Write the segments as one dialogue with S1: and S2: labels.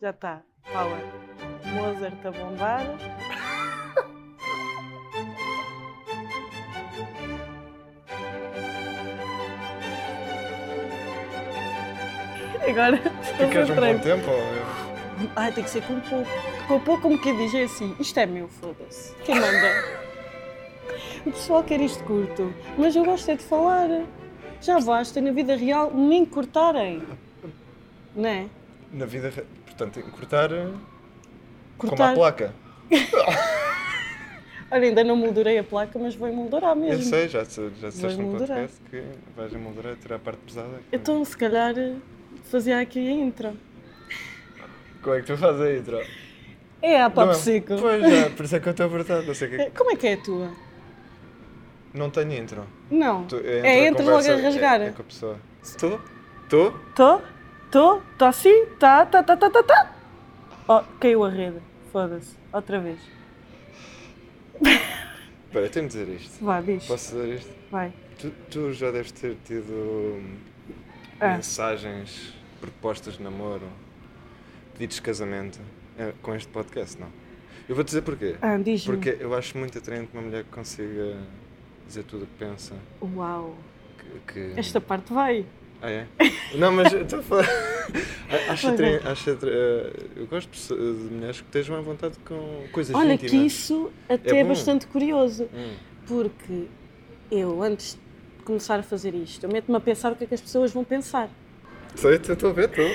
S1: Já está. Paula. Mozart a bombar. Agora
S2: Tu queres um bom
S1: desconcentrei-me.
S2: tempo? ou-
S1: Ai, tem que ser com pouco. Com pouco, como que diz, é assim: isto é meu, foda-se. Quem manda? O pessoal quer isto curto, mas eu gosto é de falar. Já basta na vida real nem cortarem. Não é?
S2: Na vida, re- portanto, cortar, como a
S1: Cortar.
S2: placa.
S1: Olha, ainda não moldurei a placa, mas vou emoldurar
S2: Eu
S1: mesmo.
S2: sei, já, disse- já disseste no
S1: moldurar.
S2: podcast que vais emoldurar e tirar a parte pesada. que-
S1: Então, se calhar, fazia aqui a intro.
S2: Como é que tu fazes aí, Tro?
S1: É a
S2: Não
S1: papo
S2: é?
S1: seco.
S2: Pois é, por isso é que eu estou apertado. Não, sei o que... é
S1: Como é que é a tua?
S2: que- não tenho intro.
S1: Não.
S2: Tu-
S1: É,
S2: a
S1: entras
S2: conversa,
S1: logo a rasgar.
S2: É, é com a pessoa. Tu? Tu?
S1: Tô? Tô? Tô assim? Tá, tá, tá, tá, tá, tá. Oh, caiu a rede. Foda-se. Outra vez.
S2: Espera, eu tenho de dizer isto.
S1: Vai, bicho.
S2: Posso dizer isto?
S1: Vai.
S2: Tu, tu já deves ter tido hum,
S1: Ah.
S2: mensagens, propostas de namoro, pedidos de casamento eh, com este podcast, não? Eu vou dizer porquê.
S1: Ah, diz-me.
S2: Porque eu acho muito atraente uma mulher que consiga dizer tudo o que pensa.
S1: Uau.
S2: Uhum. Que, que-
S1: Esta parte vai.
S2: Ah, é? Não, mas eu estou a falar. A- Acho
S1: Vai, vai.
S2: atraente. Acho atra- eh, Eu gosto de pessoa- de mulheres que estejam à vontade com coisas
S1: Olha,
S2: íntimas.
S1: que isso até é,
S2: bom.
S1: bastante curioso.
S2: Hum,
S1: Porque eu, antes de começar a fazer isto, eu meto-me a pensar o que é que as pessoas vão pensar.
S2: sei, estou a ver, estou.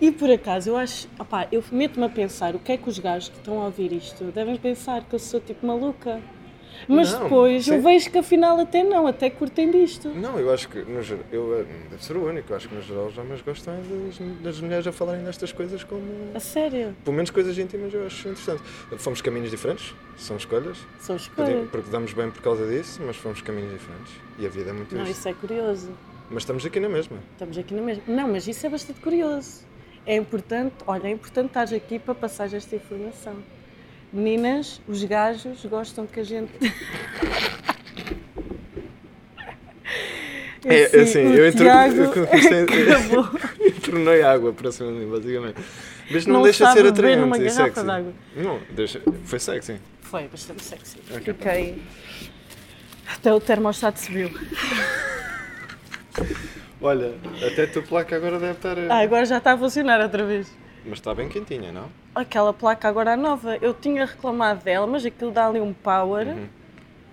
S1: E por acaso, eu acho. Opá, eu meto-me a pensar o que é que os gajos que estão a ouvir isto devem pensar que eu sou tipo maluca. Mas
S2: Não,
S1: depois eu
S2: sim.
S1: vejo que afinal até não, até curtem disto.
S2: Não, eu acho que, no geral, eu eh, não deve ser o único, eu acho que no geral os homens gostam é das, das mulheres a falarem destas coisas como.
S1: A sério,
S2: Pelo menos coisas íntimas eu acho interessante. Fomos caminhos diferentes, são escolhas,
S1: são
S2: podemos-
S1: escolhas.
S2: porque damos bem por causa disso, mas fomos caminhos diferentes. E a vida é muito
S1: Não,
S2: isso.
S1: isso é curioso.
S2: Mas estamos aqui na mesma.
S1: Estamos aqui na mesma. Não, mas isso é bastante curioso. É importante, olha, é importante estar aqui para passar esta informação. Meninas, os gajos gostam que a gente.
S2: É, assim, eu
S1: o
S2: entro-
S1: Tiago é
S2: eu comecei-
S1: acabou.
S2: Tornei água para cima de mim, basicamente. Mas não,
S1: Não
S2: deixa de
S1: sabe
S2: ser
S1: beber
S2: atraente
S1: numa
S2: e
S1: garrafa
S2: sexy.
S1: de água.
S2: Não, deixa. Foi sexy.
S1: Foi bastante sexy.
S2: Ok.
S1: Fiquei. Até o termostato subiu.
S2: Olha, até a tua placa agora deve estar.
S1: Ah, agora já está a funcionar outra vez.
S2: Mas está bem quentinha, não?
S1: Aquela placa agora nova, eu tinha reclamado dela, mas aquilo dá ali um power.
S2: Uhum.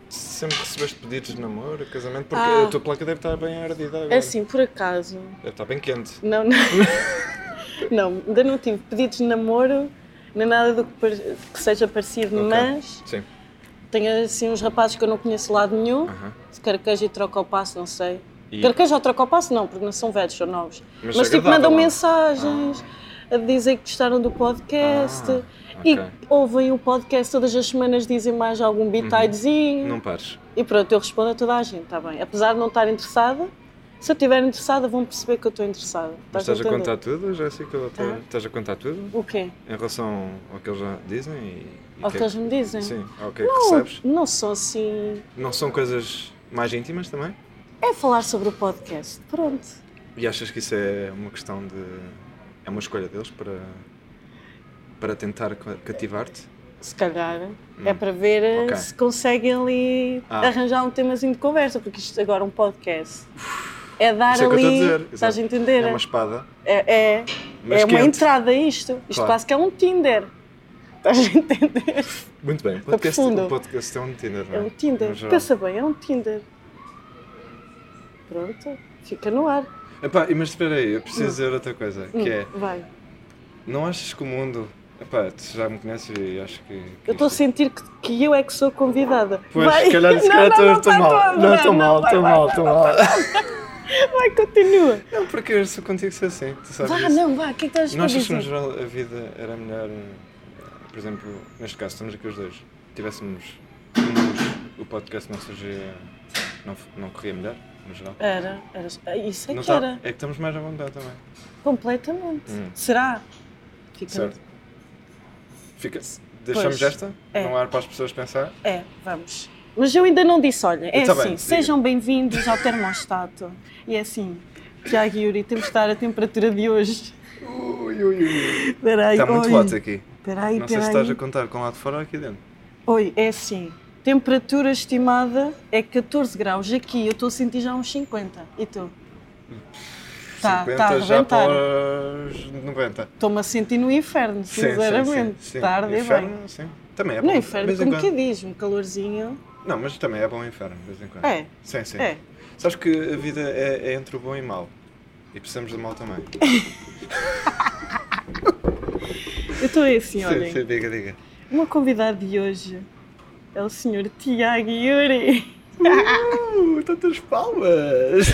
S2: Sempre recebeste pedidos de namoro, casamento, porque
S1: Ah.
S2: a tua placa deve estar bem ardida agora.
S1: É Assim, por acaso,
S2: Deve estar bem quente.
S1: não, não, não, ainda não tive pedidos de namoro, nem nada do que, par- que seja parecido,
S2: Ok.
S1: mas
S2: Sim.
S1: tenho assim uns rapazes que eu não conheço de lado nenhum,
S2: Aham.
S1: se carqueja e troca o passo, não sei.
S2: E-
S1: Carqueja ou troca o passo, não, porque não são velhos, são novos.
S2: Mas
S1: Mas, tipo,
S2: agradável,
S1: mandam
S2: não?
S1: mensagens a dizer que gostaram do podcast.
S2: Ah,
S1: E
S2: ok. Uhum.
S1: ouvem o podcast todas as semanas, dizem mais algum bitidezinho.
S2: Não pares.
S1: E pronto, eu respondo a toda a gente, está bem? Apesar de não estar interessada, se eu estiver interessada, vão perceber que eu estou interessada.
S2: Mas estás a
S1: entender?
S2: contar tudo, Jéssica? Ou tá-
S1: Hã?
S2: Estás a contar tudo
S1: O quê?
S2: em relação ao que eles já dizem e. e
S1: Ao que eles me dizem?
S2: Sim, ao que é que
S1: Não,
S2: recebes.
S1: não sou assim.
S2: Não são coisas mais íntimas também?
S1: É falar sobre o podcast. Pronto.
S2: E achas que isso é uma questão de. é uma escolha deles para. para tentar ca- cativar-te?
S1: Se calhar é para ver eh,
S2: Hum. ok.
S1: se conseguem ali
S2: Ah.
S1: arranjar um temazinho de conversa, porque isto agora é um podcast. É dar
S2: Isso é que eu
S1: ali.
S2: estou a dizer, exato.
S1: estás a
S2: É
S1: entender?
S2: uma espada,
S1: É, é,
S2: mas
S1: é uma
S2: quente.
S1: entrada a isto. Isto
S2: Claro.
S1: quase que é um Tinder. Estás a entender?
S2: Muito bem, o podcast,
S1: profundo.
S2: o podcast é um Tinder, não
S1: É
S2: é?
S1: um Tinder.
S2: No geral.
S1: Pensa bem, é um Tinder. Pronto, fica no ar.
S2: Epá, mas espera aí, eu preciso dizer outra coisa, que é,
S1: Hum, Vai.
S2: não achas que o mundo. Epá, tu já me conheces e acho que. que
S1: Eu estou a
S2: isto-
S1: sentir que, que eu é que sou convidada.
S2: Pois,
S1: vai.
S2: se calhar, se
S1: Não,
S2: calhar
S1: não,
S2: estou
S1: não,
S2: estou
S1: vai,
S2: mal.
S1: vai,
S2: Não,
S1: vai,
S2: estou mal,
S1: vai,
S2: estou
S1: vai,
S2: mal, estou mal.
S1: Vai, continua.
S2: Não, porque eu sou contigo sou assim, tu sabes.
S1: Vá,
S2: isso.
S1: não, vá, o que é que estás
S2: Não
S1: a
S2: achas que no
S1: dizer?
S2: geral a vida era melhor, eh, por exemplo, neste caso, estamos aqui os dois, tivéssemos juntos, o podcast não surgia, não, f- não corria melhor, no geral?
S1: Era, era, isso é
S2: não
S1: que
S2: tá-
S1: era,
S2: é que estamos mais à vontade também.
S1: completamente.
S2: Hum.
S1: Será? Fica
S2: Certo. Fica, deixamos
S1: Pois,
S2: esta,
S1: é.
S2: não há para as pessoas pensar.
S1: É, vamos. Mas eu ainda não disse, olha, é
S2: Tá
S1: assim,
S2: bem, diga.
S1: sejam bem-vindos ao termostato. E é assim, Tiago e Yuri, temos de estar à temperatura de hoje.
S2: Ui, Ui, ui, ui.
S1: Peraí,
S2: Está Tá muito
S1: oi.
S2: hot aqui.
S1: Peraí,
S2: Não sei se
S1: peraí.
S2: estás a contar com lá de fora ou aqui dentro.
S1: Oi, é assim. Temperatura estimada é 14 graus. Aqui eu estou a sentir já uns 50. E tu? Tá,
S2: 50
S1: tá a
S2: Hum. já
S1: rebentar.
S2: para os 90.
S1: Estou-me a sentir no inferno,
S2: Sim, sim,
S1: sinceramente.
S2: sim, sim.
S1: Tarde e tá bem.
S2: inferno, Sim. Também é bom.
S1: No
S2: de
S1: inferno,
S2: vez em
S1: como
S2: quando.
S1: que diz? Um calorzinho.
S2: Não, mas também é bom o inferno, de vez em quando.
S1: É,
S2: Sim, sim.
S1: é.
S2: Sabes que a vida é, é entre o bom e o mau. E precisamos do mal também.
S1: Eu estou é assim, olhem.
S2: sim, diga, diga.
S1: O meu convidado de hoje é o senhor Tiago Yuri.
S2: Uh, tantas palmas!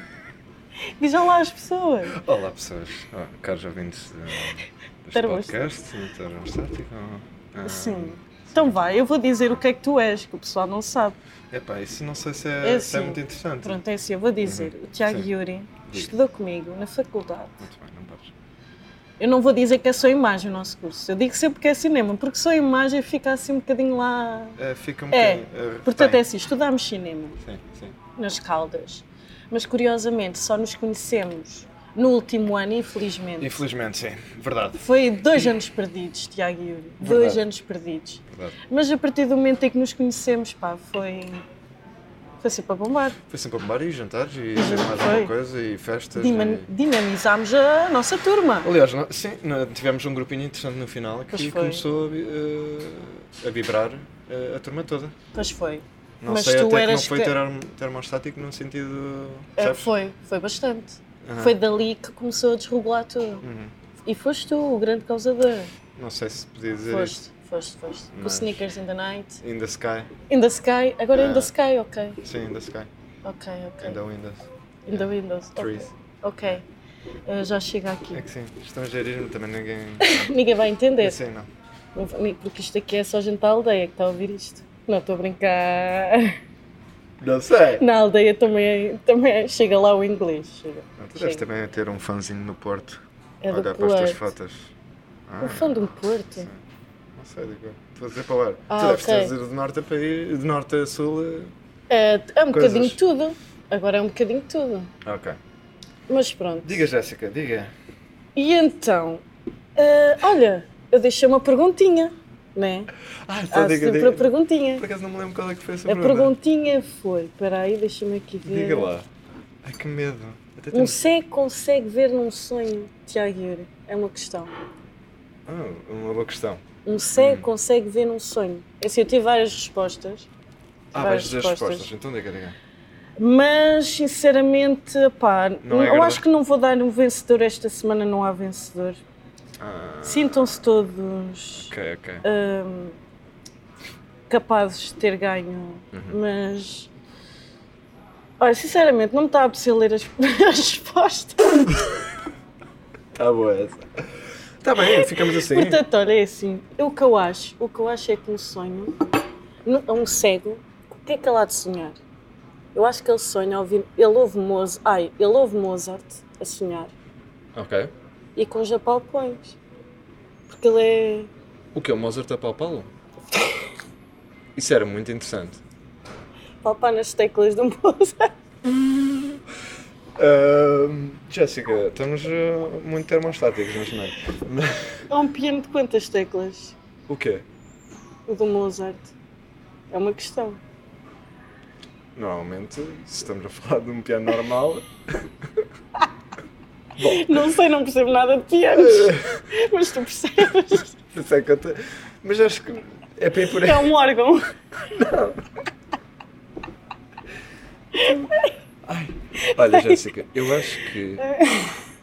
S1: Vejam lá as pessoas.
S2: Olá, pessoas. Ah, caros ouvintes do deste podcast,
S1: Termostático.
S2: do Termostático. Ah,
S1: Sim. Então vai, eu vou dizer o que é que tu és, que o pessoal não sabe.
S2: Epá, isso não sei se é,
S1: É
S2: se é
S1: sim.
S2: muito interessante. Uhum.
S1: Pronto, é assim, eu vou dizer. O Tiago
S2: Sim.
S1: Yuri estudou comigo na faculdade.
S2: Muito bem, não podes.
S1: Eu não vou dizer que é só imagem o nosso curso. Eu digo sempre que é cinema, porque só imagem fica assim um bocadinho lá.
S2: Ah, fica um
S1: É,
S2: bocadinho. ah,
S1: Portanto, é
S2: bem.
S1: assim, estudámos cinema
S2: Sim, sim.
S1: nas Caldas, mas curiosamente só nos conhecemos no último ano, infelizmente.
S2: Infelizmente, sim. Verdade.
S1: Foi dois anos perdidos, Tiago e Yuri. Dois anos perdidos.
S2: Verdade.
S1: Mas a partir do momento em que nos conhecemos, pá, foi. Foi sempre a bombar.
S2: Foi sempre a bombar e jantares e
S1: Foi.
S2: mais alguma coisa e festas.
S1: Diman-
S2: e-
S1: dinamizámos a nossa turma.
S2: Aliás, não- sim, não- tivemos um grupinho interessante no final
S1: Pois
S2: que
S1: foi.
S2: começou a, vi- eh, a vibrar eh, a turma toda.
S1: Pois foi.
S2: Não
S1: Mas
S2: sei
S1: tu
S2: até que não
S1: eras
S2: foi
S1: que-
S2: termo- termostático num sentido.
S1: É,
S2: Sabes?
S1: Foi, foi bastante.
S2: Aham.
S1: Foi dali que começou a desregular tudo.
S2: Uhum.
S1: E foste tu o grande causador.
S2: Não sei se podia dizer
S1: Foste, foste, foste. Com
S2: Mas-
S1: Sneakers in the Night.
S2: isso. In the sky.
S1: In the Sky. Agora in the
S2: Ah.
S1: Sky, ok.
S2: Sim, in the sky.
S1: Ok, ok.
S2: In the windows.
S1: In the Windows. ok.
S2: Trees.
S1: Ok. Uh, já chega aqui.
S2: É que sim, estrangeirismo também ninguém.
S1: Ninguém vai entender.
S2: Sim, não.
S1: Não vai- nem- Porque isto aqui é só gente da aldeia que está a ouvir isto. Não, estou a brincar.
S2: Não sei!
S1: Na aldeia também, é- também chega lá o inglês. Chega.
S2: Tu deves
S1: Chega.
S2: também a ter um fãzinho no Porto.
S1: É do
S2: Olha para as tuas
S1: Porto.
S2: fotos. Ah,
S1: O fã do Porto?
S2: Sim. Não sei, digo. eu. Estou a dizer para o ar.
S1: Ah,
S2: tu deves
S1: ok.
S2: ter de norte a país, de norte a sul. eh,
S1: É, é um
S2: Coisas.
S1: bocadinho de tudo. Agora é um bocadinho de tudo.
S2: Ok.
S1: Mas pronto.
S2: Diga, Jéssica, diga.
S1: E então, ah, olha, eu deixei uma perguntinha, não é?
S2: Ah, então
S1: Há
S2: diga,
S1: sempre
S2: diga.
S1: a perguntinha.
S2: Por acaso não me lembro qual é que foi essa
S1: A
S2: pergunta.
S1: perguntinha foi, peraí, deixa-me aqui ver.
S2: Diga lá. Ai, que medo. Até
S1: Um
S2: temos...
S1: cego consegue ver num sonho, Tiago Yuri? É uma questão.
S2: Ah, uma boa questão.
S1: Um cego consegue ver num sonho? É Assim, eu tive várias respostas,
S2: Hum. Ah,
S1: Várias
S2: vais dizer as
S1: respostas.
S2: respostas. Então diga, diga.
S1: mas sinceramente, pá,
S2: Não é
S1: eu
S2: grave.
S1: acho que não vou dar um vencedor esta semana, não há vencedor.
S2: Ah,
S1: Sintam-se todos
S2: ok, ok.
S1: hum, capazes de ter ganho,
S2: Uhum.
S1: mas. Olha, sinceramente, não me está a apetecer ler as, as respostas.
S2: Tá boa essa. Tá bem, ficamos assim.
S1: Portanto, olha, é assim. O que eu acho, o que eu acho é que um sonho, no- a um cego, o que é que ele há de sonhar? Eu acho que ele sonha, ao ouvir, ele ouve Mozart, ai, ele ouve Mozart a sonhar
S2: Ok.
S1: e com Japão pões. Porque ele é.
S2: O que? O Mozart a palpá-lo? Isso era muito interessante.
S1: palpar nas teclas do Mozart.
S2: Jéssica, estamos ah, muito termostáticos neste momento. Mas-
S1: Há um piano de quantas teclas?
S2: o quê?
S1: O do Mozart. É uma questão.
S2: Normalmente, se estamos a falar de um piano normal,
S1: Não sei, não percebo nada de pianos. Mas tu percebes.
S2: Não sei quanto. Mas acho que é bem por aí.
S1: É um órgão.
S2: Olha, Jéssica, eu acho que.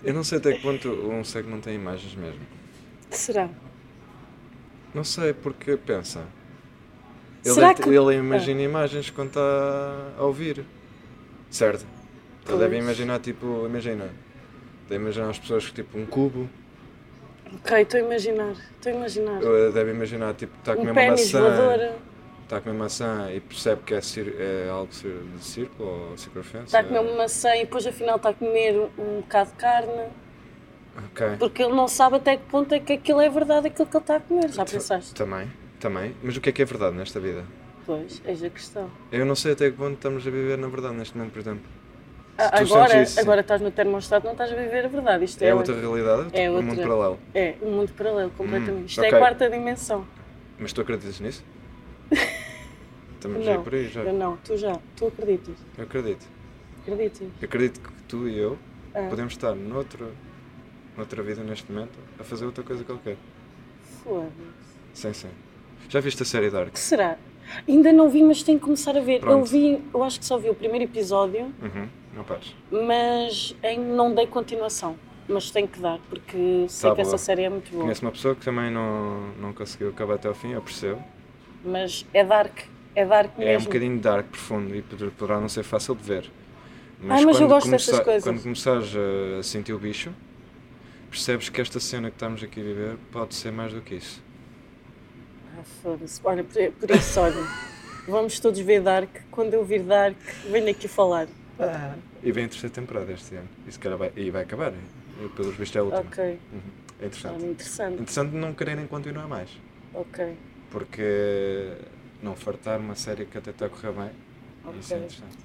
S2: Eu não sei até que ponto um cego não tem imagens mesmo.
S1: Será?
S2: Não sei, porque pensa. Ele,
S1: Será
S2: é-
S1: que-
S2: ele imagina imagens quando está a ouvir. Certo? Ele deve
S1: Pois.
S2: imaginar, tipo, imagina. Deve imaginar as pessoas que, tipo, um cubo.
S1: Ok, estou a imaginar. Estou a imaginar.
S2: Ele Deve imaginar, tipo, está a comer
S1: Um
S2: uma
S1: pênis
S2: maçã.
S1: voador.
S2: Está a comer maçã e percebe que é, cir- é algo cir- de círculo ou circunferência.
S1: Está tá a comer um uma maçã e depois afinal está a comer um um bocado de carne.
S2: Ok.
S1: Porque ele não sabe até que ponto é que aquilo é verdade, aquilo que ele está a comer. Já
S2: Ta-
S1: pensaste?
S2: Também, também. Mas o que é que é verdade nesta vida?
S1: Pois, eis a questão.
S2: Eu não sei até que ponto estamos a viver na verdade neste momento, por exemplo.
S1: A-
S2: tu
S1: Ah, Agora,
S2: sentes isso, sim.
S1: agora estás no termostato, não estás a viver a verdade. Isto é,
S2: É outra realidade,
S1: é
S2: um mundo
S1: outra.
S2: paralelo.
S1: é um mundo paralelo completamente.
S2: Hum,
S1: Isto é
S2: ok.
S1: a quarta dimensão.
S2: Mas tu acreditas nisso? Estamos
S1: Não,
S2: aí por aí Hum, já.
S1: Eu não, tu já, tu acreditas.
S2: Eu acredito.
S1: Acreditas?
S2: Eu acredito que tu e eu
S1: Ah,
S2: podemos estar noutro, noutra vida neste momento a fazer outra coisa qualquer.
S1: Foda-se.
S2: Sim, sim. Já viste a série Dark?
S1: que será? Ainda não vi, mas tenho que começar a ver. Eu
S2: Pronto.
S1: vi, eu acho que só vi o primeiro episódio,
S2: Uhum. Não pares.
S1: mas ainda não dei continuação. Mas tenho que dar, porque sei
S2: Tá
S1: que essa
S2: boa.
S1: série é muito boa.
S2: Conheço uma pessoa que também não, não conseguiu acabar até ao fim, eu percebo.
S1: Mas é dark, é dark
S2: É um
S1: mesmo.
S2: bocadinho dark, profundo e poder- poderá não ser fácil de ver.
S1: Ai, mas eu gosto dessas
S2: começa-
S1: coisas.
S2: Quando começares a, a sentir o bicho, percebes que esta cena que estamos aqui a viver pode ser mais do que isso.
S1: Ah, foda-se. Olha, por, por isso, olha, vamos todos ver dark. Quando eu vir dark, venho aqui falar. Ah.
S2: E vem a terceira temporada este ano. E se calhar vai, e vai acabar. E, pelos vistos é a última.
S1: Ok,
S2: É
S1: Ah,
S2: interessante.
S1: interessante.
S2: Interessante não quererem continuar mais.
S1: Ok,
S2: Porque não fartar uma série que até está a correr bem. Isso é
S1: ok.
S2: interessante.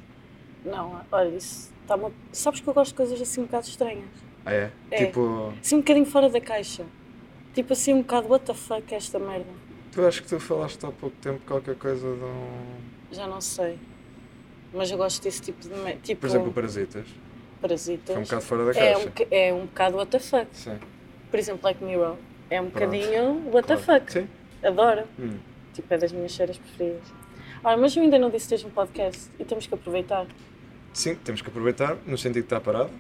S1: Não, olha, isso está uma... Sabes que eu gosto de coisas assim um bocado estranhas.
S2: Ah, é?
S1: É.
S2: Tipo,
S1: Assim um bocadinho fora da caixa. Tipo assim um bocado, what the fuck é esta merda?
S2: tu acho que tu falaste há pouco tempo qualquer coisa de um.
S1: Já não sei. Mas eu gosto desse tipo de... me- Tipo,
S2: Por exemplo, o Parasitas.
S1: parasitas.
S2: Foi um bocado fora da
S1: é,
S2: caixa.
S1: um, boca- é um bocado what the fuck.
S2: Sim.
S1: Por exemplo, Black Mirror. É um
S2: Pronto.
S1: bocadinho what the
S2: claro.
S1: fuck.
S2: Sim.
S1: Adoro.
S2: Hum.
S1: Tipo, é das minhas séries preferidas. Olha, mas eu ainda não disse que tens um podcast e temos que aproveitar.
S2: Sim, temos que aproveitar, no sentido que está parado.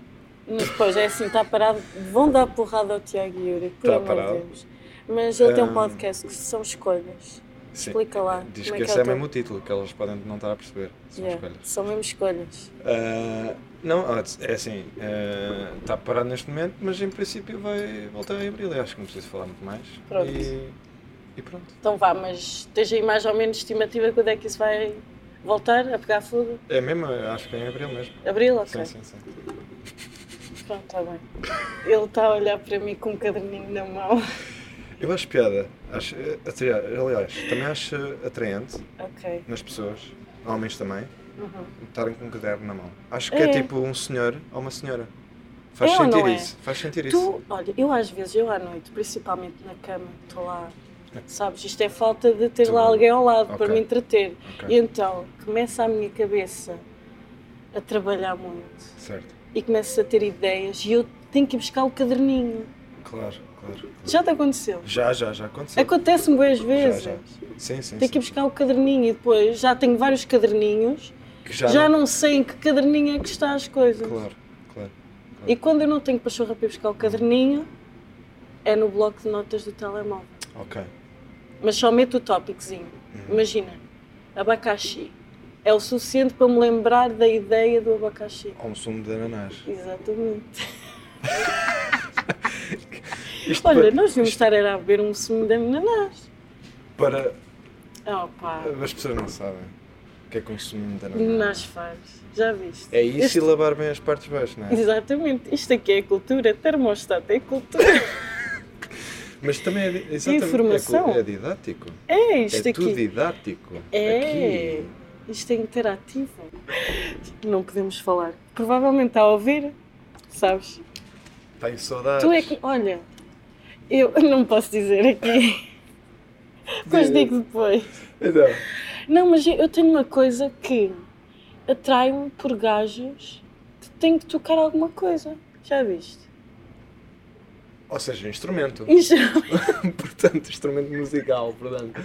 S1: Mas depois, é assim, está parado. Vão dar porrada ao Tiago e Yuri, por
S2: Tá
S1: amor
S2: parado.
S1: de Deus. Mas ele tem um
S2: Ahm.
S1: podcast que são escolhas.
S2: Sim.
S1: Explica lá. como
S2: Diz que
S1: é que
S2: esse é
S1: ele
S2: mesmo o título, que elas podem não estar a perceber.
S1: tem-
S2: São
S1: Yeah,
S2: escolhas.
S1: São mesmo escolhas.
S2: Ah, não, ah, é assim, ah, está parado neste momento, mas em princípio vai voltar em abril. Eu acho que não preciso falar muito mais.
S1: Pronto.
S2: E, e pronto.
S1: Então vá, mas tens aí mais ou menos estimativa quando é que isso vai voltar a pegar fogo?
S2: É mesmo, eu acho que é em abril mesmo.
S1: Abril? Ok.
S2: Sim, sim, sim.
S1: Pronto, está bem. Ele está a olhar para mim com um caderninho na mão.
S2: Eu acho piada. Acho, eh, atri- aliás, também acho atraente
S1: Ok.
S2: nas pessoas, homens também,
S1: Uhum.
S2: estarem com um caderno na mão. Acho que
S1: É.
S2: é, tipo um senhor ou uma senhora. Faz
S1: É ou
S2: sentir
S1: não é?
S2: isso. Faz sentir isso.
S1: Tu, olha, eu às vezes, eu à noite, principalmente na cama, estou lá, sabes, isto é falta de ter
S2: Tu-
S1: lá alguém ao lado para
S2: ok.
S1: me entreter.
S2: Ok.
S1: E então começa a minha cabeça a trabalhar muito
S2: Certo.
S1: e começo a ter ideias e eu tenho que ir buscar o caderninho.
S2: Claro, claro.
S1: Já te aconteceu?
S2: Já, já, já
S1: É
S2: aconteceu.
S1: Acontece-me boas vezes.
S2: Já, já. Sim, sim.
S1: Tenho que ir buscar o caderninho e depois já tenho vários caderninhos,
S2: Que
S1: já, não... sei em que caderninho é que está as coisas.
S2: Claro, claro.
S1: E quando eu não tenho pachorra para ir buscar o caderninho, é no bloco de notas do telemóvel.
S2: Ok.
S1: Mas só meto o tópicozinho.
S2: Uhum.
S1: Imagina, abacaxi. É o suficiente para me lembrar da ideia do abacaxi.
S2: Há um sumo de ananás.
S1: Exatamente.
S2: Isto
S1: Olha,
S2: para-
S1: nós devíamos estar era a beber um sumo de ananás.
S2: para,
S1: Oh pá,
S2: As pessoas não sabem o que é que um sumo de ananás.
S1: nós faz. Já viste?
S2: É isso
S1: Este-
S2: e lavar bem as partes baixas, não é?
S1: Exatamente. Isto aqui é cultura. Termostato é cultura.
S2: Mas também é, di- exatamente,
S1: Informação.
S2: é cu- É, didático.
S1: É isto
S2: é tudo
S1: aqui.
S2: didático.
S1: É.
S2: Aqui.
S1: Isto é interativo. Não podemos falar. Provavelmente está a ouvir, sabes?
S2: Tenho saudades.
S1: Tu é que. Olha, eu não posso dizer aqui. Mas
S2: Diz.
S1: digo depois.
S2: Então,
S1: Não, mas eu- eu tenho uma coisa que atrai-me por gajos que têm que tocar alguma coisa. Já viste?
S2: ou seja, instrumento.
S1: Isto-
S2: portanto, instrumento musical, portanto.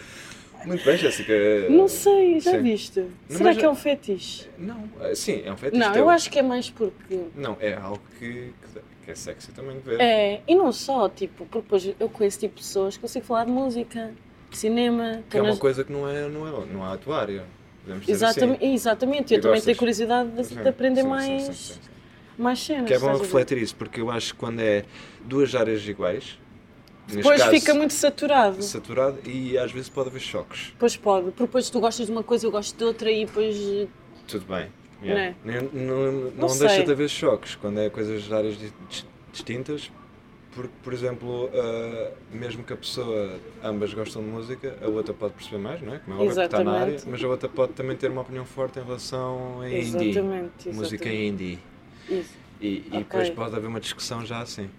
S2: Muito bem, Jéssica.
S1: Não sei, já
S2: Sim.
S1: viste?
S2: Não,
S1: Será
S2: mas
S1: que é um fetiche?
S2: Não, eh, sim, é um fetiche
S1: Não,
S2: teu.
S1: eu acho que é mais porque
S2: Não, é algo que, que- que é sexy também de ver.
S1: É, e não só, tipo, porque depois eu conheço tipo, pessoas que consigo falar de música, de cinema,
S2: Que é uma
S1: canas-
S2: coisa que não é, não é, não há a tua área. Podemos dizer
S1: Exatamente,
S2: assim.
S1: exatamente. eu
S2: E
S1: também
S2: gostas?
S1: tenho curiosidade de, de
S2: Sim,
S1: aprender
S2: sim, sim,
S1: mais,
S2: sim, sim, sim.
S1: mais cenas.
S2: Que é bom
S1: estás a ver?
S2: refletir isso, porque eu acho que quando é duas áreas iguais, neste
S1: Depois
S2: caso,
S1: fica muito saturado.
S2: saturado e às vezes pode haver choques.
S1: Depois pode, porque depois tu gostas de uma coisa, eu gosto de outra e depois.
S2: Tudo bem. yeah. Nem- Não, não,
S1: é? Não sei.
S2: deixa de haver choques quando é coisas de áreas di- dis- distintas, porque, por exemplo, ah, mesmo que a pessoa, ambas gostam de música, a outra pode perceber mais, não é? Como é óbvio que está na área,
S1: Exatamente.
S2: mas a outra pode também ter uma opinião forte em relação a indie.
S1: Exatamente,
S2: Música
S1: exatamente.
S2: indie.
S1: Isso.
S2: E, e
S1: Ok.
S2: depois pode haver uma discussão já assim.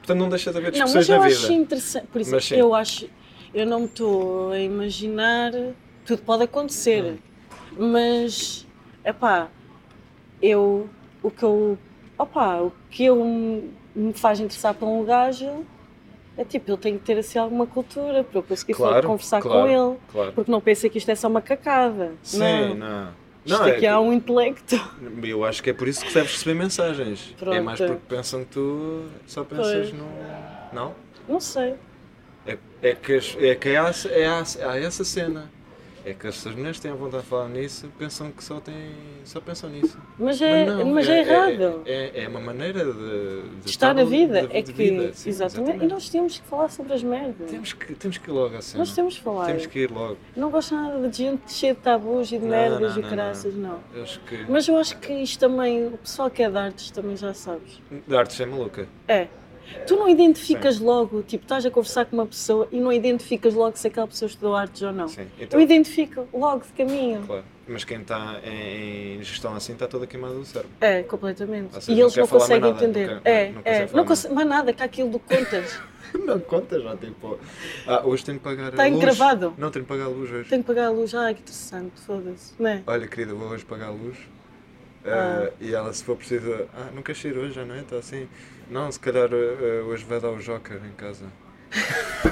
S2: Portanto, não deixa de haver
S1: Não, mas
S2: discussões
S1: eu
S2: na
S1: acho
S2: vida.
S1: interessante. Por isso,
S2: Mas sim.
S1: eu acho. Eu não me estou a imaginar. Tudo pode acontecer.
S2: Hum.
S1: Mas. Epá. Eu. O que eu. Opá, o que eu me me faz interessar por um gajo é tipo, eu tenho que ter assim alguma cultura para eu conseguir falar-
S2: Claro,
S1: conversar
S2: claro.
S1: com ele.
S2: Claro.
S1: Porque não pensa que isto é só uma cacada.
S2: Sim,
S1: não. é?
S2: não.
S1: Isto
S2: Não,
S1: aqui
S2: é-
S1: há um intelecto.
S2: Eu acho que é por isso que deves receber mensagens. É
S1: Pronto.
S2: mais porque pensam que tu só pensas
S1: Pois.
S2: no. Não?
S1: Não sei.
S2: É, é que, as- é que há, é há- há essa cena. É que as pessoas mulheres têm a vontade de falar nisso, pensam que só, têm, só pensam nisso.
S1: Mas é, mas
S2: não,
S1: é, errado.
S2: É, é, é uma maneira de, de
S1: Estar na
S2: de-
S1: vida.
S2: de
S1: é que.
S2: vida, sim,
S1: exatamente. E nós temos que falar sobre as merdas.
S2: Temos que, temos que ir logo à cena.
S1: Nós temos que falar.
S2: Temos que ir logo.
S1: Não gosto nada de gente cheia de tabus e de
S2: Não,
S1: merdas
S2: não,
S1: e
S2: não,
S1: caraças, não.
S2: Eu acho que.
S1: Mas eu acho que isto também, o pessoal que é de artes também já sabes.
S2: A arte é maluca.
S1: É. Tu não identificas logo, tipo, estás a conversar com uma pessoa e não identificas logo se aquela pessoa estudou artes ou não.
S2: Sim.
S1: Eu
S2: Então,
S1: identifico logo de caminho.
S2: claro. Mas quem está em, em gestão assim está toda queimada do cérebro.
S1: É, completamente.
S2: Ou seja,
S1: e
S2: não
S1: eles
S2: quer
S1: não
S2: falar mais
S1: conseguem
S2: nada,
S1: entender.
S2: não quer-
S1: é,
S2: não- não
S1: é.
S2: consegue
S1: Não
S2: falar
S1: consegue mais nada, que há aquilo do contas.
S2: Não conta já, tipo. Ah, hoje tenho que pagar
S1: Está
S2: a luz.
S1: Tá encravado.
S2: Não, tenho que pagar a luz hoje.
S1: Tenho que pagar a luz. Ai, que interessante, foda-se. Não é?
S2: Olha, querida, vou hoje pagar a luz.
S1: Ah.
S2: Ah, e ela, se for preciso, ah, não queres ir hoje à noite? Ou assim, não, se calhar ah, hoje vai dar o Joker em casa.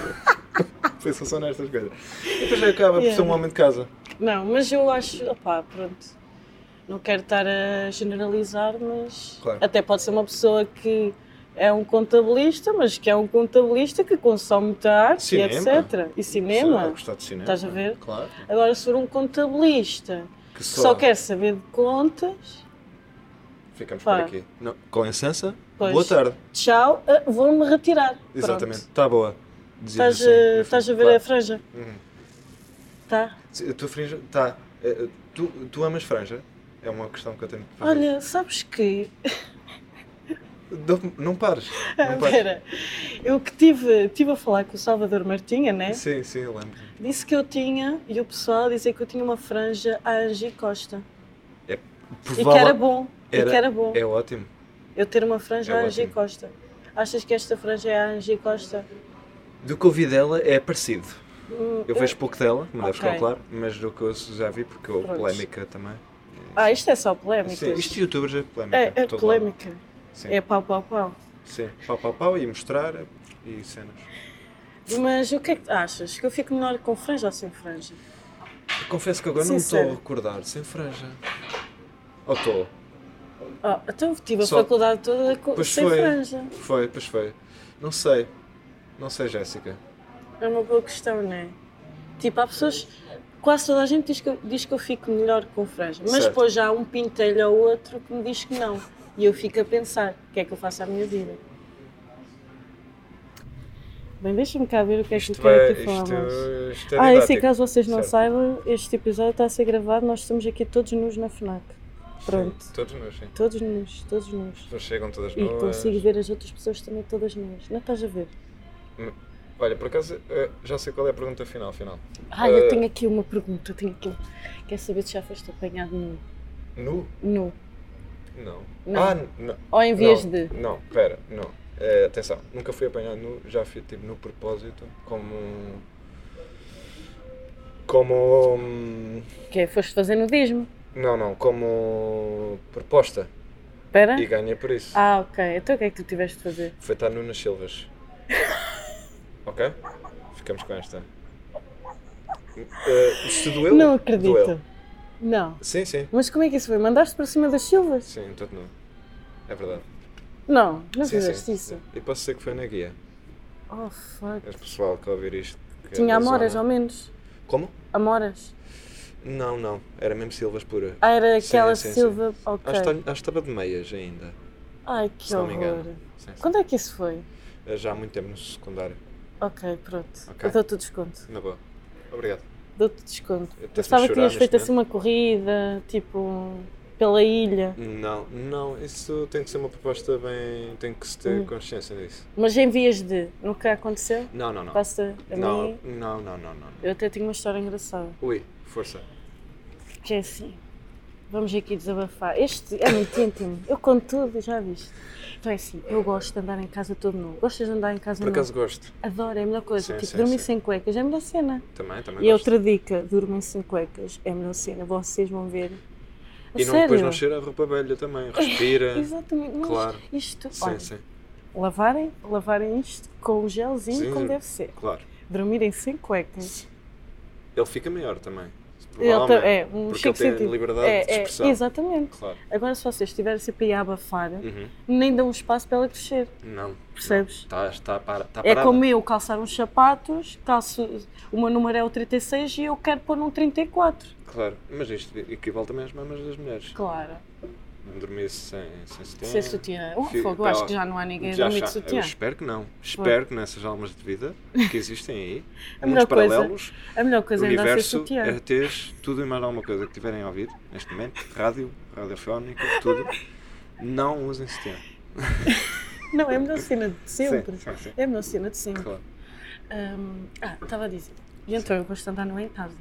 S2: Pensa só nestas coisas. E depois acaba por ser um
S1: Yeah.
S2: homem de casa.
S1: Não, mas eu acho, opá, pronto. Não quero estar a generalizar, mas
S2: Claro.
S1: até pode ser uma pessoa que é um contabilista, mas que é um contabilista que consome muita arte, e
S2: Cinema. é
S1: etc. E
S2: Sei lá,
S1: cinema.
S2: gostar de cinema.
S1: Estás a ver?
S2: Claro.
S1: Agora, se for um contabilista
S2: Que
S1: que
S2: só,
S1: só quer saber de contas,
S2: Ficamos
S1: Pá.
S2: por aqui. Não, com licença,
S1: Pois.
S2: boa tarde.
S1: tchau, ah, vou-me retirar. Pronto.
S2: Exatamente, está boa. Dizias
S1: Estás,
S2: assim,
S1: a,
S2: no
S1: estás a
S2: fundo.
S1: ver a
S2: Claro.
S1: franja?
S2: Uhum.
S1: Tá?
S2: Se- A tua franja. Tá. Eh, eh, Tu, tu amas franja? É uma questão que eu tenho que fazer.
S1: Olha, sabes que
S2: Dou- Não pares.
S1: Ah,
S2: Não pares.
S1: Espera, eu que estive tive a falar com o Salvador Martinha, né?
S2: Sim, sim, eu lembro.
S1: Disse que eu tinha, e o pessoal dizia que eu tinha uma franja a Angie Costa. E que era bom.
S2: Era-
S1: E que era bom.
S2: É ótimo.
S1: Eu ter uma franja
S2: é
S1: a Angie
S2: ótimo.
S1: Costa. Achas que esta franja é a Angie Costa?
S2: Do que eu vi dela é parecido.
S1: Hum,
S2: Eu vejo pouco dela, como deves
S1: Ok.
S2: calcular, mas do que eu já vi, porque houve
S1: Pronto.
S2: polémica também.
S1: Ah, isto é só polémica.
S2: Sim, isto de youtubers é polémica.
S1: é, é
S2: todo lado.
S1: polémica.
S2: Sim,
S1: É pau, pau, pau.
S2: sim. Pau, pau, pau e mostrar e cenas.
S1: Mas o que é que achas? Que eu fico melhor com franja ou sem franja?
S2: Confesso que agora não me estou a
S1: Sincero.
S2: recordar, sem franja. Ou estou?
S1: Ah, então tive a
S2: Só-
S1: faculdade toda co-
S2: Pois
S1: sem
S2: foi.
S1: franja.
S2: Foi, pois foi. Não sei. Não sei, Jéssica.
S1: É uma boa questão, não é? Tipo, há pessoas. Quase toda a gente diz que eu, diz que eu fico melhor com franja. Mas
S2: Certo.
S1: depois já há um pintelho ou outro que me diz que não. E eu fico a pensar: o que é que eu faço à minha vida? Bem, deixa-me cá ver o que é que eu quero aqui falar mais.
S2: isto é
S1: Ah, e se
S2: didático.
S1: caso vocês não
S2: Certo.
S1: saibam, este episódio está a ser gravado. Nós estamos aqui todos nus na FNAC. Pronto.
S2: Sim, todos nós, sim. As
S1: Todos nus, todos nus.
S2: pessoas chegam todas
S1: E
S2: nuas.
S1: consigo ver as outras pessoas também todas nuas. Não estás a ver?
S2: Olha, por acaso, eh, já sei qual é a pergunta final, final.
S1: Ah, eu
S2: Eh,
S1: tenho aqui uma pergunta, tenho aqui. um. Quer saber se já foste apanhado nu?
S2: Nu?
S1: nu.
S2: Não.
S1: Não.
S2: Ah, n- não.
S1: Ou em vez
S2: não,
S1: de.
S2: Não, pera, não. Eh, atenção, nunca fui apanhado nu, já fui tipo no propósito, como. um, Como. hum,
S1: Que é, foste fazer nudismo.
S2: Não, não, como proposta.
S1: Espera.
S2: E ganhei por isso.
S1: Ah, ok. Então o que é que tu tiveste de fazer?
S2: Foi estar nu nas Silvas. ok? Ficamos com esta. Eh, se doeu?
S1: não acredito.
S2: Doeu.
S1: Não.
S2: Sim, sim.
S1: Mas como é que isso foi? Mandaste para cima das silvas?
S2: Sim, todo nu. É verdade.
S1: Não, não
S2: Sim,
S1: fizeste
S2: sim.
S1: isso.
S2: E posso dizer que foi na guia.
S1: Oh, fuck.
S2: Mas pessoal que ouvir isto. que é
S1: Tinha
S2: da
S1: amoras,
S2: zona-
S1: ao menos.
S2: Como?
S1: Amoras.
S2: Não, não. Era mesmo Silvas pura.
S1: Ah, era
S2: Sim,
S1: aquela
S2: sim, sim.
S1: silva. Ok.
S2: Acho, que estava- acho que estava de meias ainda.
S1: Ai, que
S2: se não me
S1: horror.
S2: engano. Sim, sim. É
S1: Quando é que isso foi?
S2: Já há muito tempo no secundário.
S1: Ok, pronto.
S2: Ok.
S1: Eu dou-te o desconto.
S2: Na boa. Obrigado.
S1: Dou-te desconto.
S2: Eu
S1: Eu estava que
S2: chorar
S1: tinhas feito
S2: neste
S1: assim uma corrida, tipo, pela ilha,
S2: Não, não, isso tem que ser uma proposta bem. tem que se ter
S1: Hum.
S2: consciência disso.
S1: mas em vias de, nunca aconteceu.
S2: Não, não, não.
S1: Passa a
S2: Não,
S1: mim,
S2: não, não, não, não.
S1: eu até tenho uma história engraçada,
S2: Ui, força.
S1: que é assim. Vamos aqui desabafar. Este ano tenta-me. Eu conto tudo, já viste. Então é assim, eu gosto de andar em casa todo nu. Gostas de andar em casa
S2: Por
S1: nu?
S2: acaso gosto.
S1: Adoro, é a melhor coisa.
S2: Sim,
S1: tipo,
S2: sim,
S1: dormir
S2: sim.
S1: sem cuecas é a melhor cena.
S2: Também, também
S1: E
S2: gosto.
S1: outra dica, dormem sem cuecas é a melhor cena. Vocês vão ver. A
S2: E não,
S1: sério?
S2: depois não cheira a roupa velha também. Respira.
S1: Exatamente. Mas
S2: Claro.
S1: Isto,
S2: sim,
S1: olha,
S2: sim.
S1: lavarem, lavarem isto com o gelzinho
S2: Sim.
S1: como deve ser.
S2: Claro.
S1: Dormirem sem cuecas.
S2: Ele fica maior também.
S1: Ele
S2: Provavelmente.
S1: ta- é, um
S2: porque
S1: chique
S2: ele tem
S1: sentido.
S2: liberdade
S1: É,
S2: de
S1: é,
S2: expressão.
S1: exatamente.
S2: Claro.
S1: Agora, se vocês estiverem sempre aí a abafar,
S2: Uhum.
S1: nem dão um espaço para ela crescer,
S2: Não.
S1: percebes?
S2: Está, está, para, está
S1: É
S2: parada.
S1: como eu calçar uns sapatos, calço, o meu número é o 36 e eu quero pôr num 34.
S2: Claro. Mas isto equivale também às mamas das mulheres.
S1: Claro,
S2: Dormir sem, sem sutiã.
S1: sem sutiã. O
S2: Fi-
S1: fogo, eu
S2: tá
S1: acho
S2: lá.
S1: que já não há ninguém a
S2: Já
S1: dormir de
S2: achar-
S1: sutiã.
S2: Eu espero que não. Espero que nessas almas de vida que existem aí,
S1: A
S2: muitos
S1: melhor coisa,
S2: paralelos,
S1: A melhor
S2: o
S1: coisa é andar sem
S2: universo
S1: sutiã.
S2: é ter tudo e mais alguma coisa que tiverem a ouvir neste momento, rádio, radiofónica, tudo. Não usem sutiã.
S1: Não, é a melhor cena de sempre.
S2: Sim, sim, sim.
S1: É a melhor cena de sempre.
S2: Claro.
S1: Hum, ah, estava a dizer. E então eu gosto de andar no em casa.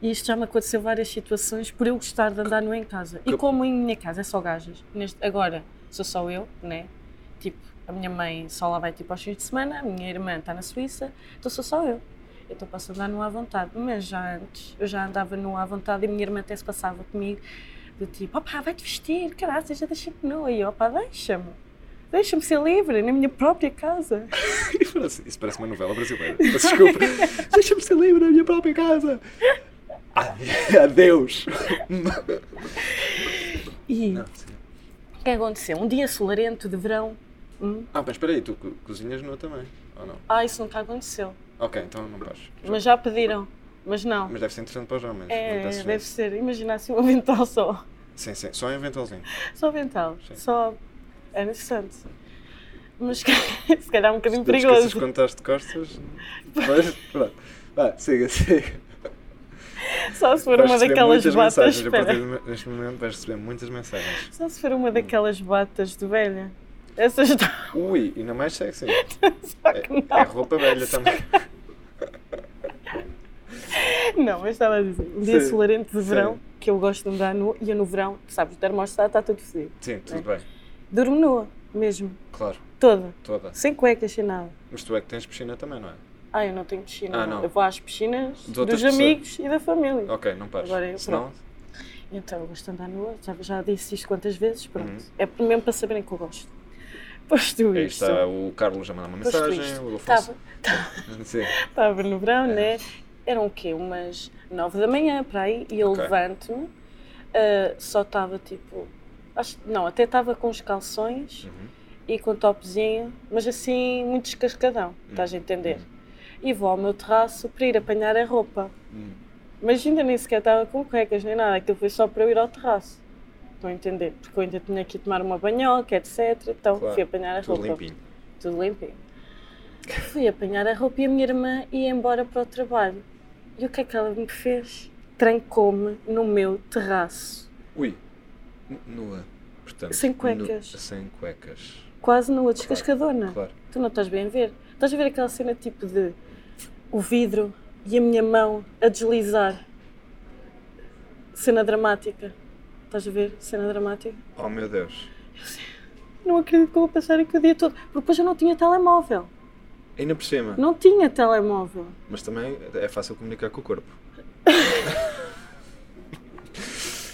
S1: E isto já me aconteceu várias situações por eu gostar de andar no em casa. E
S2: Que-
S1: como em minha casa é só gajas, neste, agora sou só eu, né? Tipo, a minha mãe só lá vai tipo aos fins de semana, a minha irmã está na Suíça, então sou só eu. Então posso andar no à vontade. Mas já antes, eu já andava no à vontade e a minha irmã até se passava comigo, de tipo, opá, vai-te vestir, caralho, já deixa-te nua. E eu, opá, deixa-me. Deixa-me ser livre, na minha própria casa.
S2: Parece- Isso parece uma novela brasileira. Mas desculpa. Deixa-me ser livre na minha própria casa. Ai, Adeus.
S1: E
S2: Não, sim.
S1: O que aconteceu? Um dia solarento de verão. Hum?
S2: Ah, mas espera aí, tu co- cozinhas nua também, ou não?
S1: Ah, isso nunca aconteceu.
S2: Ok, então não vais.
S1: Mas já pediram. Mas não.
S2: Ah, Mas deve ser interessante para os homens. não
S1: É,
S2: penses
S1: deve
S2: nisso.
S1: ser. Imagina assim um avental só.
S2: Sim, sim. Só em
S1: É
S2: aventalzinho.
S1: Só avental.
S2: Sim.
S1: Só. É interessante. Mas se calhar um bocadinho
S2: Não te esqueças
S1: perigoso.
S2: quando estás de costas. Mas, pronto. Vá, siga, siga.
S1: Só se for
S2: Vais
S1: uma
S2: receber
S1: daquelas
S2: muitas
S1: batas.
S2: mensagens. A
S1: Espera.
S2: partir de- deste momento vais receber muitas mensagens.
S1: Só se for uma daquelas batas de velha. Essas estão
S2: Ui, ainda mais sexy.
S1: só que não.
S2: É roupa velha também.
S1: Não, mas estava a dizer. Um dia
S2: Sim.
S1: solarento de
S2: Sim.
S1: verão, que eu gosto de andar nu, e eu no verão, sabes, o termostato está tudo fodido.
S2: Sim, tudo bem.
S1: Durmo nua, mesmo.
S2: Claro,
S1: Toda.
S2: toda.
S1: Sem cuecas, sem nada.
S2: Mas tu é que tens piscina também, não é?
S1: Ah, eu não tenho piscina.
S2: Ah,
S1: não.
S2: não.
S1: Eu vou às piscinas
S2: De
S1: dos
S2: outras pessoas.
S1: amigos e da família.
S2: Ok, não pares.
S1: Agora eu,
S2: Senão,
S1: Então eu gosto de andar nua, já, já disse isto quantas vezes, pronto.
S2: Uhum.
S1: É mesmo para saberem que eu gosto. Posto
S2: aí
S1: isto.
S2: está o Carlos a mandar uma
S1: Posto
S2: mensagem, o
S1: isto. Tá
S2: Afonso.
S1: Estava,
S2: Sim.
S1: estava no verão,
S2: É.
S1: né? Eram o quê? Umas nove da manhã, para aí, e eu
S2: Ok.
S1: levanto-me. ah, só estava tipo. Acho, não, até estava com os calções
S2: Uhum.
S1: e com topzinho, mas assim, muito
S2: Hum.
S1: descascadão, estás a entender? E vou ao meu terraço para ir apanhar a roupa.
S2: Hum.
S1: Mas ainda nem sequer estava com cuecas nem nada, aquilo foi só para eu ir ao terraço. Estão a entender? Porque eu ainda tinha que ir tomar uma banhoca, etc. Então
S2: Claro.
S1: fui apanhar a
S2: Tudo
S1: roupa.
S2: limpinho.
S1: Tudo limpinho. Fui apanhar a roupa e a minha irmã ia embora para o trabalho. E o que é que ela me fez? Trancou-me no meu terraço.
S2: Ui, n- nua. Portanto,
S1: Sem cuecas.
S2: nu- sem cuecas.
S1: Quase nua, descascadona.
S2: Claro.
S1: Tu não estás bem a ver. Estás a ver aquela cena tipo de o vidro e a minha mão a deslizar. Cena dramática. Estás a ver? Cena dramática.
S2: Oh meu Deus.
S1: Não acredito que eu vou passar aqui o dia todo. Porque depois eu não tinha telemóvel.
S2: Ainda por cima.
S1: Não tinha telemóvel.
S2: Mas também é fácil comunicar com o corpo.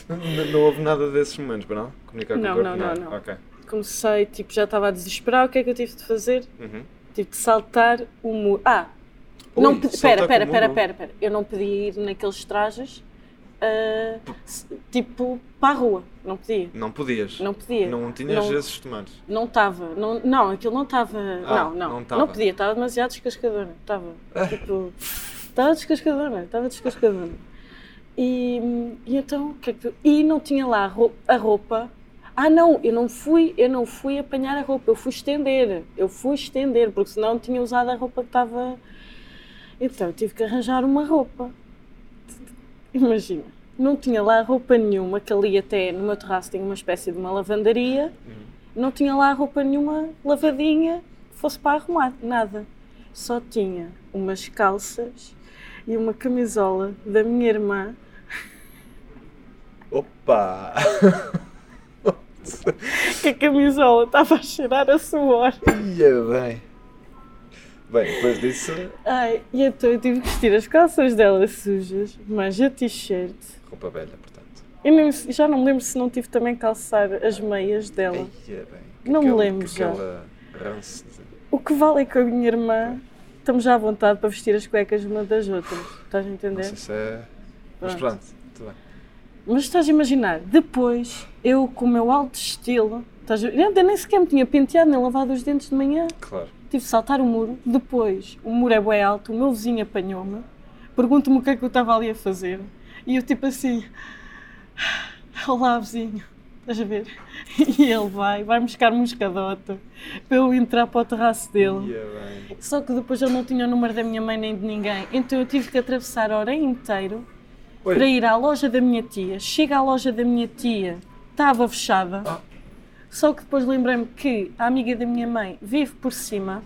S2: não, não houve nada desses momentos, para não? Comunicar
S1: Não,
S2: com o
S1: não,
S2: corpo?
S1: não, não.
S2: Ok.
S1: Comecei, tipo, já estava a desesperar. O que é que eu tive de fazer?
S2: Uhum.
S1: Tive de saltar o muro. Ah!
S2: Ui,
S1: não pe-
S2: saltar
S1: pera, pera,
S2: com o
S1: pera,
S2: muro.
S1: pera, pera. Eu não podia ir naqueles trajes, ah, se- tipo, para a rua. Não podia.
S2: Não podias.
S1: Não podia.
S2: Não tinhas
S1: Não-
S2: esses tomates.
S1: Não estava, não, não, aquilo não estava.
S2: Ah,
S1: não, não,
S2: não
S1: não,
S2: estava.
S1: podia, estava demasiado descascadona. Estava, tipo, estava descascadona, estava descascadona. E, e então, o que é que tu- E não tinha lá a rou- a roupa. Ah, não, eu não fui, eu não fui apanhar a roupa, eu fui estender, eu fui estender, porque senão tinha usado a roupa que estava. Então, eu tive que arranjar uma roupa. Imagina, não tinha lá roupa nenhuma, que ali até no meu terraço tinha uma espécie de uma lavandaria não tinha lá roupa nenhuma lavadinha que fosse para arrumar, nada. Só tinha umas calças e uma camisola da minha irmã
S2: Opa!
S1: Que a camisola estava a cheirar a suor.
S2: Ia bem. Bem, depois disso,
S1: Ai, e então eu tive que vestir as calças dela sujas, mais a t-shirt.
S2: roupa velha, portanto.
S1: Eu nem- já não me lembro se não tive também que calçar as meias dela.
S2: Ia bem.
S1: Não me
S2: Aquele-
S1: lembro já.
S2: Aquela ranço de-
S1: O que vale é que a minha irmã estamos já à vontade para vestir as cuecas uma das outras. Estás a entender?
S2: Não sei se é. Mas
S1: Pronto.
S2: pronto, muito bem.
S1: Mas estás a imaginar, depois, eu com o meu alto estilo, estás a... eu ainda nem sequer me tinha penteado nem lavado os dentes de manhã,
S2: Claro.
S1: tive de saltar o muro, depois, o muro é bué alto, o meu vizinho apanhou-me, pergunta-me o que é que eu estava ali a fazer, e eu tipo assim, "Ah, olá vizinho, estás a ver? E ele vai, vai buscar moscadote, para eu entrar para o terraço dele.
S2: Ia bem.
S1: Só que depois ele não tinha o número da minha mãe nem de ninguém, então eu tive que atravessar a hora inteira
S2: Oi.
S1: para ir à loja da minha tia. Chega à loja da minha tia, estava fechada.
S2: Ah.
S1: Só que depois lembrei-me que a amiga da minha mãe vive por cima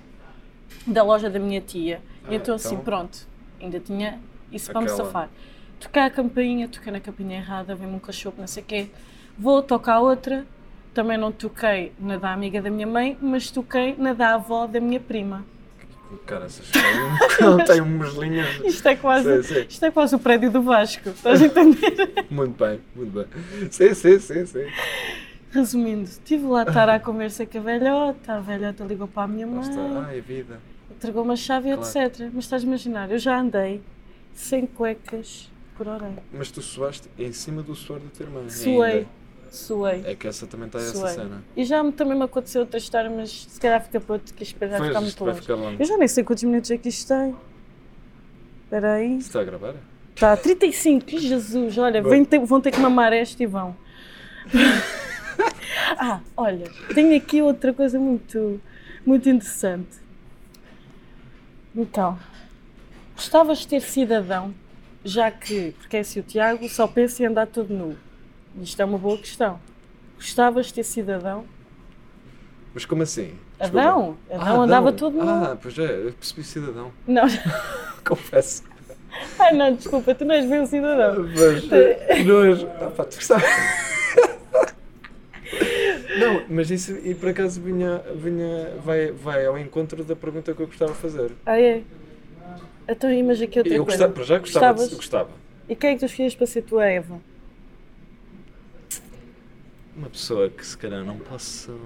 S1: da loja da minha tia.
S2: Ah,
S1: e então, assim,
S2: então?
S1: pronto, ainda tinha isso para me
S2: Aquela.
S1: safar. Tocar a campainha, toquei na campainha errada, vem-me um cachorro, não sei o quê. Vou tocar outra. Também não toquei na da amiga da minha mãe, mas toquei na da avó da minha prima.
S2: Colocar essas coisas. Não tem umas linhas.
S1: Isto é quase,
S2: Sim, sim.
S1: Isto é quase o prédio do Vasco, estás a entender?
S2: Muito bem, muito bem. Sim, sim, sim, sim.
S1: Resumindo, estive lá a estar à conversa com a velhota, a velhota ligou para a minha
S2: Lá está.
S1: mãe,
S2: Ai, a vida.
S1: entregou uma chave,
S2: Claro.
S1: etc. Mas estás a imaginar, eu já andei sem cuecas por hora.
S2: Mas tu suaste em cima do suor da tua irmã.
S1: Suei,
S2: ainda.
S1: suei,
S2: É que essa também está essa
S1: suei.
S2: cena.
S1: E já me- também me aconteceu outra história, mas se calhar fica para outro, que isto vai
S2: Pois,
S1: ficar
S2: isto
S1: muito
S2: vai
S1: longe.
S2: ficar longo.
S1: Eu já nem sei quantos minutos é que isto tem. Espera aí.
S2: Está a gravar?
S1: Está, 35, Ih, Jesus, olha,
S2: Bom.
S1: vem ter- vão ter que mamar esta e vão. ah, olha, tenho aqui outra coisa muito, muito interessante. Então, gostavas de ter cidadão, já que, porque é assim, o Tiago só pensa em andar todo nu. Isto é uma boa questão. Gostavas de ter cidadão?
S2: Mas como assim? Desculpa.
S1: Adão? Adão
S2: Ah,
S1: andava todo nu.
S2: Ah, pois é, eu percebi cidadão.
S1: Não,
S2: Confesso.
S1: ai não, desculpa, tu não és bem um cidadão.
S2: Mas. eh, Nós. Ah, pá, tu sabes. Não, mas isso e por acaso vinha, vinha vai, vai ao encontro da pergunta que eu gostava de fazer.
S1: Ah, é? Então, imagina aqui outra
S2: Eu
S1: coisa.
S2: gostava, para já gostava, de-
S1: Gostavas?
S2: gostava.
S1: E quem é que tu escolhias para ser tua Eva?
S2: Uma pessoa que se calhar não posso.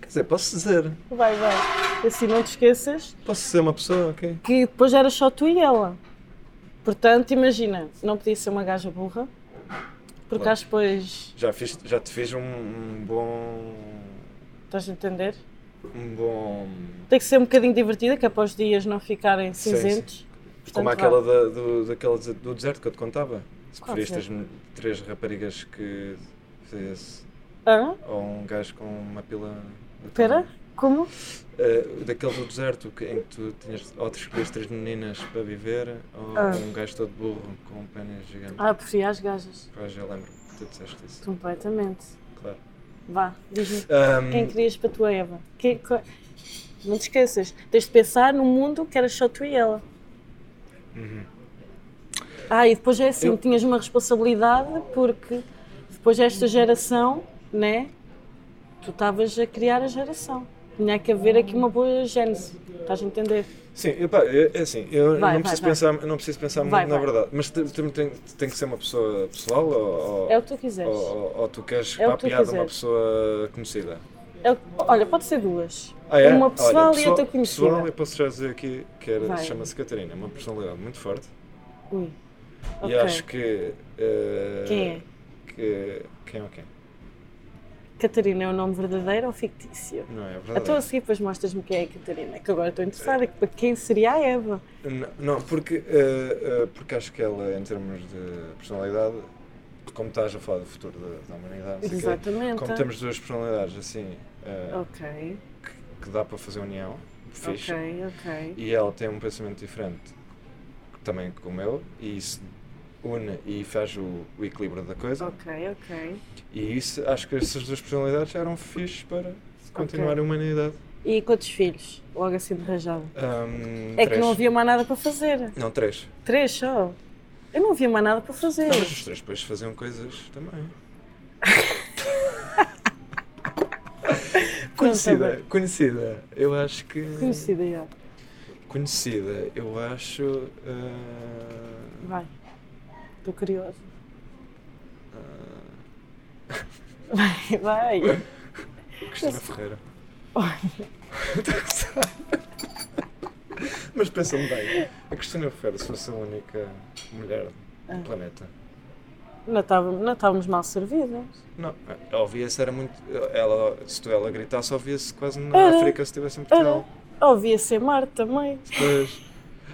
S2: Quer dizer, posso dizer.
S1: Vai, vai. Assim não te esqueças
S2: Posso ser uma pessoa, ok?
S1: que depois era só tu e ela. Portanto, imagina, não podia ser uma gaja burra, porque
S2: Claro.
S1: acho depois.
S2: Já, fiz, já te fiz um, um bom.
S1: Estás a entender?
S2: Um bom.
S1: Tem que ser um bocadinho divertida, que é para os dias não ficarem
S2: Sim, sim.
S1: cinzentos.
S2: Como
S1: Portanto,
S2: aquela
S1: vá.
S2: da, do, daquela de- do deserto que eu te contava. Se
S1: Qual
S2: preferias três, três raparigas que fizesse.
S1: Hã?
S2: Ou um gajo com uma pila. de
S1: Espera?
S2: tamanho.
S1: Como?
S2: Eh, daquele do deserto que, em que tu tinhas. Ou te escolhias três meninas para viver, ou
S1: Ah.
S2: um gajo todo burro com um pênis gigante.
S1: Ah, preferia as gajas.
S2: Pois eu lembro que tu disseste isso,
S1: Completamente.
S2: claro. Um,
S1: Vá, diz-me.
S2: Ahm,
S1: Quem querias para tua Eva? Quem- co- Não te esqueças, tens de pensar num mundo que era só tu e ela. Ah, e depois é assim,
S2: Uhum. Eu-
S1: tinhas uma responsabilidade porque depois esta geração, né? Tu estavas a criar a geração. Tinha que haver aqui uma boa gênese. Estás a entender?
S2: Sim, epá, eu- é assim, eu
S1: Vai,
S2: não,
S1: vai,
S2: preciso
S1: vai.
S2: Pensar, eu não preciso pensar
S1: Vai,
S2: muito na
S1: vai.
S2: verdade, mas tu- tu tem, tem que ser uma pessoa pessoal ou, ou,
S1: É o que tu quiseres.
S2: ou- ou- ou tu queres
S1: É o
S2: para a
S1: que tu
S2: piada uma
S1: quiseres.
S2: pessoa conhecida?
S1: É o- Olha, pode ser duas.
S2: oh. Ah, é?
S1: Uma
S2: Olha,
S1: pessoal e outra
S2: pessoal- Pessoal, eu
S1: conhecida.
S2: posso já dizer aqui que era-
S1: Vai.
S2: chama-se Catarina, é uma personalidade muito forte
S1: Ui.
S2: é- e
S1: Ok.
S2: acho que. eh,
S1: Quem é?
S2: Que, quem é o quem?
S1: Catarina é o nome verdadeiro ou fictício?
S2: Não é verdade?
S1: Então a seguir depois mostras-me quem é a Catarina, que agora estou interessada, que para quem seria a Eva?
S2: N- Não, porque, eh, eh, porque acho que ela, em termos de personalidade, como estás a falar do futuro da, da humanidade, não sei o quê,
S1: Exatamente.
S2: como temos duas personalidades assim, eh,
S1: Ok,
S2: que, que dá para fazer união, fixe,
S1: ok, ok.
S2: e ela tem um pensamento diferente também que o meu, e isso une e faz o, o equilíbrio da coisa,
S1: Ok, ok.
S2: e isso, acho que essas duas personalidades eram fixe para continuar a humanidade.
S1: E quantos filhos? Logo assim de rajada.
S2: Ahm,
S1: É que
S2: três.
S1: não havia mais nada para fazer.
S2: Não, três.
S1: Três só. Eu não havia mais nada para fazer.
S2: Não, mas os três depois faziam coisas também.
S1: tá
S2: conhecida, conhecida. Eu acho que.
S1: Conhecida, já.
S2: Conhecida, eu acho. ah,
S1: Vai. Estou curiosa.
S2: ah,
S1: Vai, vai.
S2: Cristina Ferreira. Estou a gozar. Mas pensa-me bem, a Cristina Ferreira, se fosse a única mulher
S1: Ah.
S2: do planeta,
S1: Não estávamos, não estávamos mal servidos.
S2: Não, ouvia-se era muito. Ela, se tu ela gritasse, ouvia-se quase na
S1: Era.
S2: África se estivesse em
S1: Era.
S2: Portugal.
S1: Ah, Ouvia ser Mar também.
S2: Depois.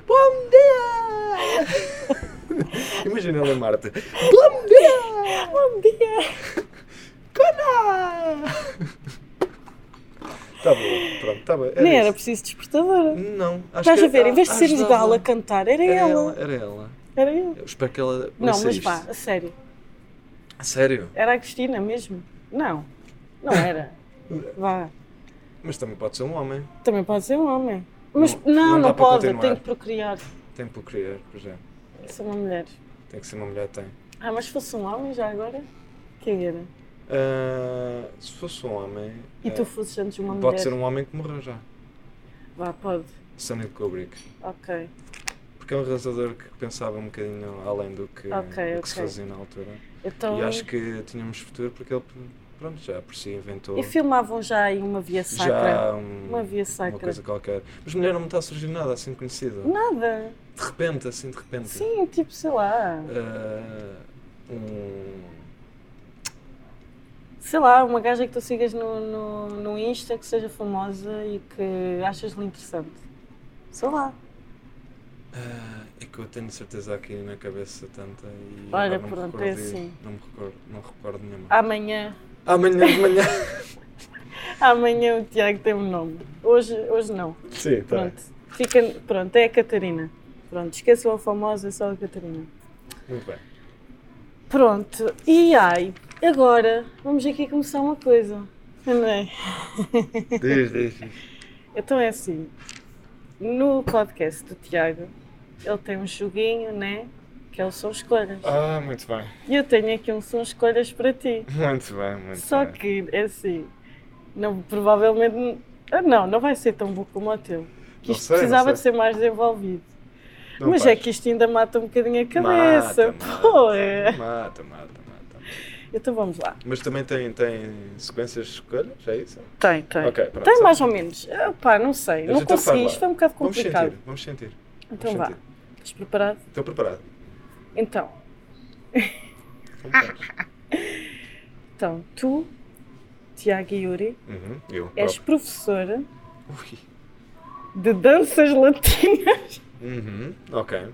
S2: Bom dia! Imagina ela, Marta. Bom dia!
S1: Bom dia!
S2: Cona! Tá bom, pronto, tá bom. Era
S1: Nem era
S2: isso.
S1: preciso despertador.
S2: Não, acho
S1: Estás
S2: que
S1: a ver, em vez de sermos
S2: ajudava.
S1: gala a cantar, era,
S2: Era
S1: ela.
S2: ela, era ela.
S1: Era eu.
S2: Eu espero que ela.
S1: Não,
S2: ouça
S1: mas
S2: isto.
S1: pá, a sério.
S2: A Sério?
S1: Era a Cristina mesmo? Não. Não era. Vá.
S2: Mas também pode ser um homem.
S1: Também pode ser um homem. Mas
S2: Não-
S1: não,
S2: não
S1: não,
S2: dá para
S1: pode.
S2: continuar.
S1: Tem que procriar.
S2: Tem por querer, por exemplo.
S1: Sou uma mulher.
S2: Tem que ser uma mulher, tem.
S1: Ah, mas se fosse um homem já agora? Quem era?
S2: Ah, se fosse um homem.
S1: E
S2: ah,
S1: tu fosses antes uma
S2: Pode
S1: mulher?
S2: ser um homem que morreu já.
S1: Vá, pode.
S2: Stanley Kubrick.
S1: Ok.
S2: Porque é um realizador que pensava um bocadinho além do que,
S1: Ok,
S2: do que se
S1: ok.
S2: fazia na altura.
S1: Então...
S2: E acho que tínhamos futuro porque ele, pronto, já por si inventou
S1: E filmavam já aí uma via sacra?
S2: já um-
S1: Uma via
S2: uma
S1: sacra.
S2: coisa qualquer. Mas mulher não me está a surgir nada assim conhecido.
S1: Nada.
S2: De repente, assim, de repente.
S1: Sim, tipo, sei lá.
S2: Ah, um.
S1: Sei lá, uma gaja que tu sigas no, no, no Insta, que seja famosa e que achas-lhe interessante. Sei lá.
S2: Ah, é que eu tenho certeza aqui na cabeça tanta e
S1: Olha,
S2: agora não me
S1: pronto,
S2: recordo
S1: é
S2: de-
S1: assim. Ah.
S2: Não me recordo, não recordo nenhuma.
S1: Amanhã,
S2: Amanhã de manhã.
S1: amanhã o Tiago tem um nome. Hoje, hoje não.
S2: Sim, tá.
S1: Pronto. Fica, pronto, é a Catarina. Pronto, esqueçam a famosa, é só a Catarina.
S2: Muito bem.
S1: Pronto, e ai, agora vamos aqui começar uma coisa. Não é?
S2: Diz, diz, diz.
S1: Então é assim, no podcast do Tiago, ele tem um joguinho, né? Que é o São Escolhas.
S2: Ah, muito bem.
S1: E eu tenho aqui um São Escolhas para ti.
S2: Muito bem, muito
S1: Só
S2: bem.
S1: que, é assim, não, provavelmente. ah, Não, não vai ser tão bom como o teu. Que
S2: Não
S1: isto
S2: sei, não
S1: precisava
S2: sei.
S1: de ser mais desenvolvido.
S2: Não
S1: Mas é
S2: faz.
S1: que isto ainda mata um bocadinho a cabeça.
S2: Mata,
S1: Pô,
S2: mata,
S1: é.
S2: Mata, mata, mata.
S1: Então vamos lá.
S2: Mas também tem, tem sequências de escolhas, é isso?
S1: Tem, tem.
S2: Ok, pronto.
S1: Tem
S2: só-
S1: mais ou menos. Ah, pá, não sei.
S2: Mas
S1: Não
S2: então fala
S1: consegui.
S2: lá.
S1: Isto foi um bocado
S2: Vamos sentir,
S1: complicado.
S2: vamos sentir.
S1: Então
S2: vamos
S1: vá.
S2: sentir.
S1: Estás preparado?
S2: Estou preparado.
S1: Então,
S2: Como
S1: Ah.
S2: estás?
S1: então tu, Tiago e Yuri,
S2: Uhum, eu.
S1: és professora
S2: próprio. Ui.
S1: de danças latinas
S2: Uhum, ok.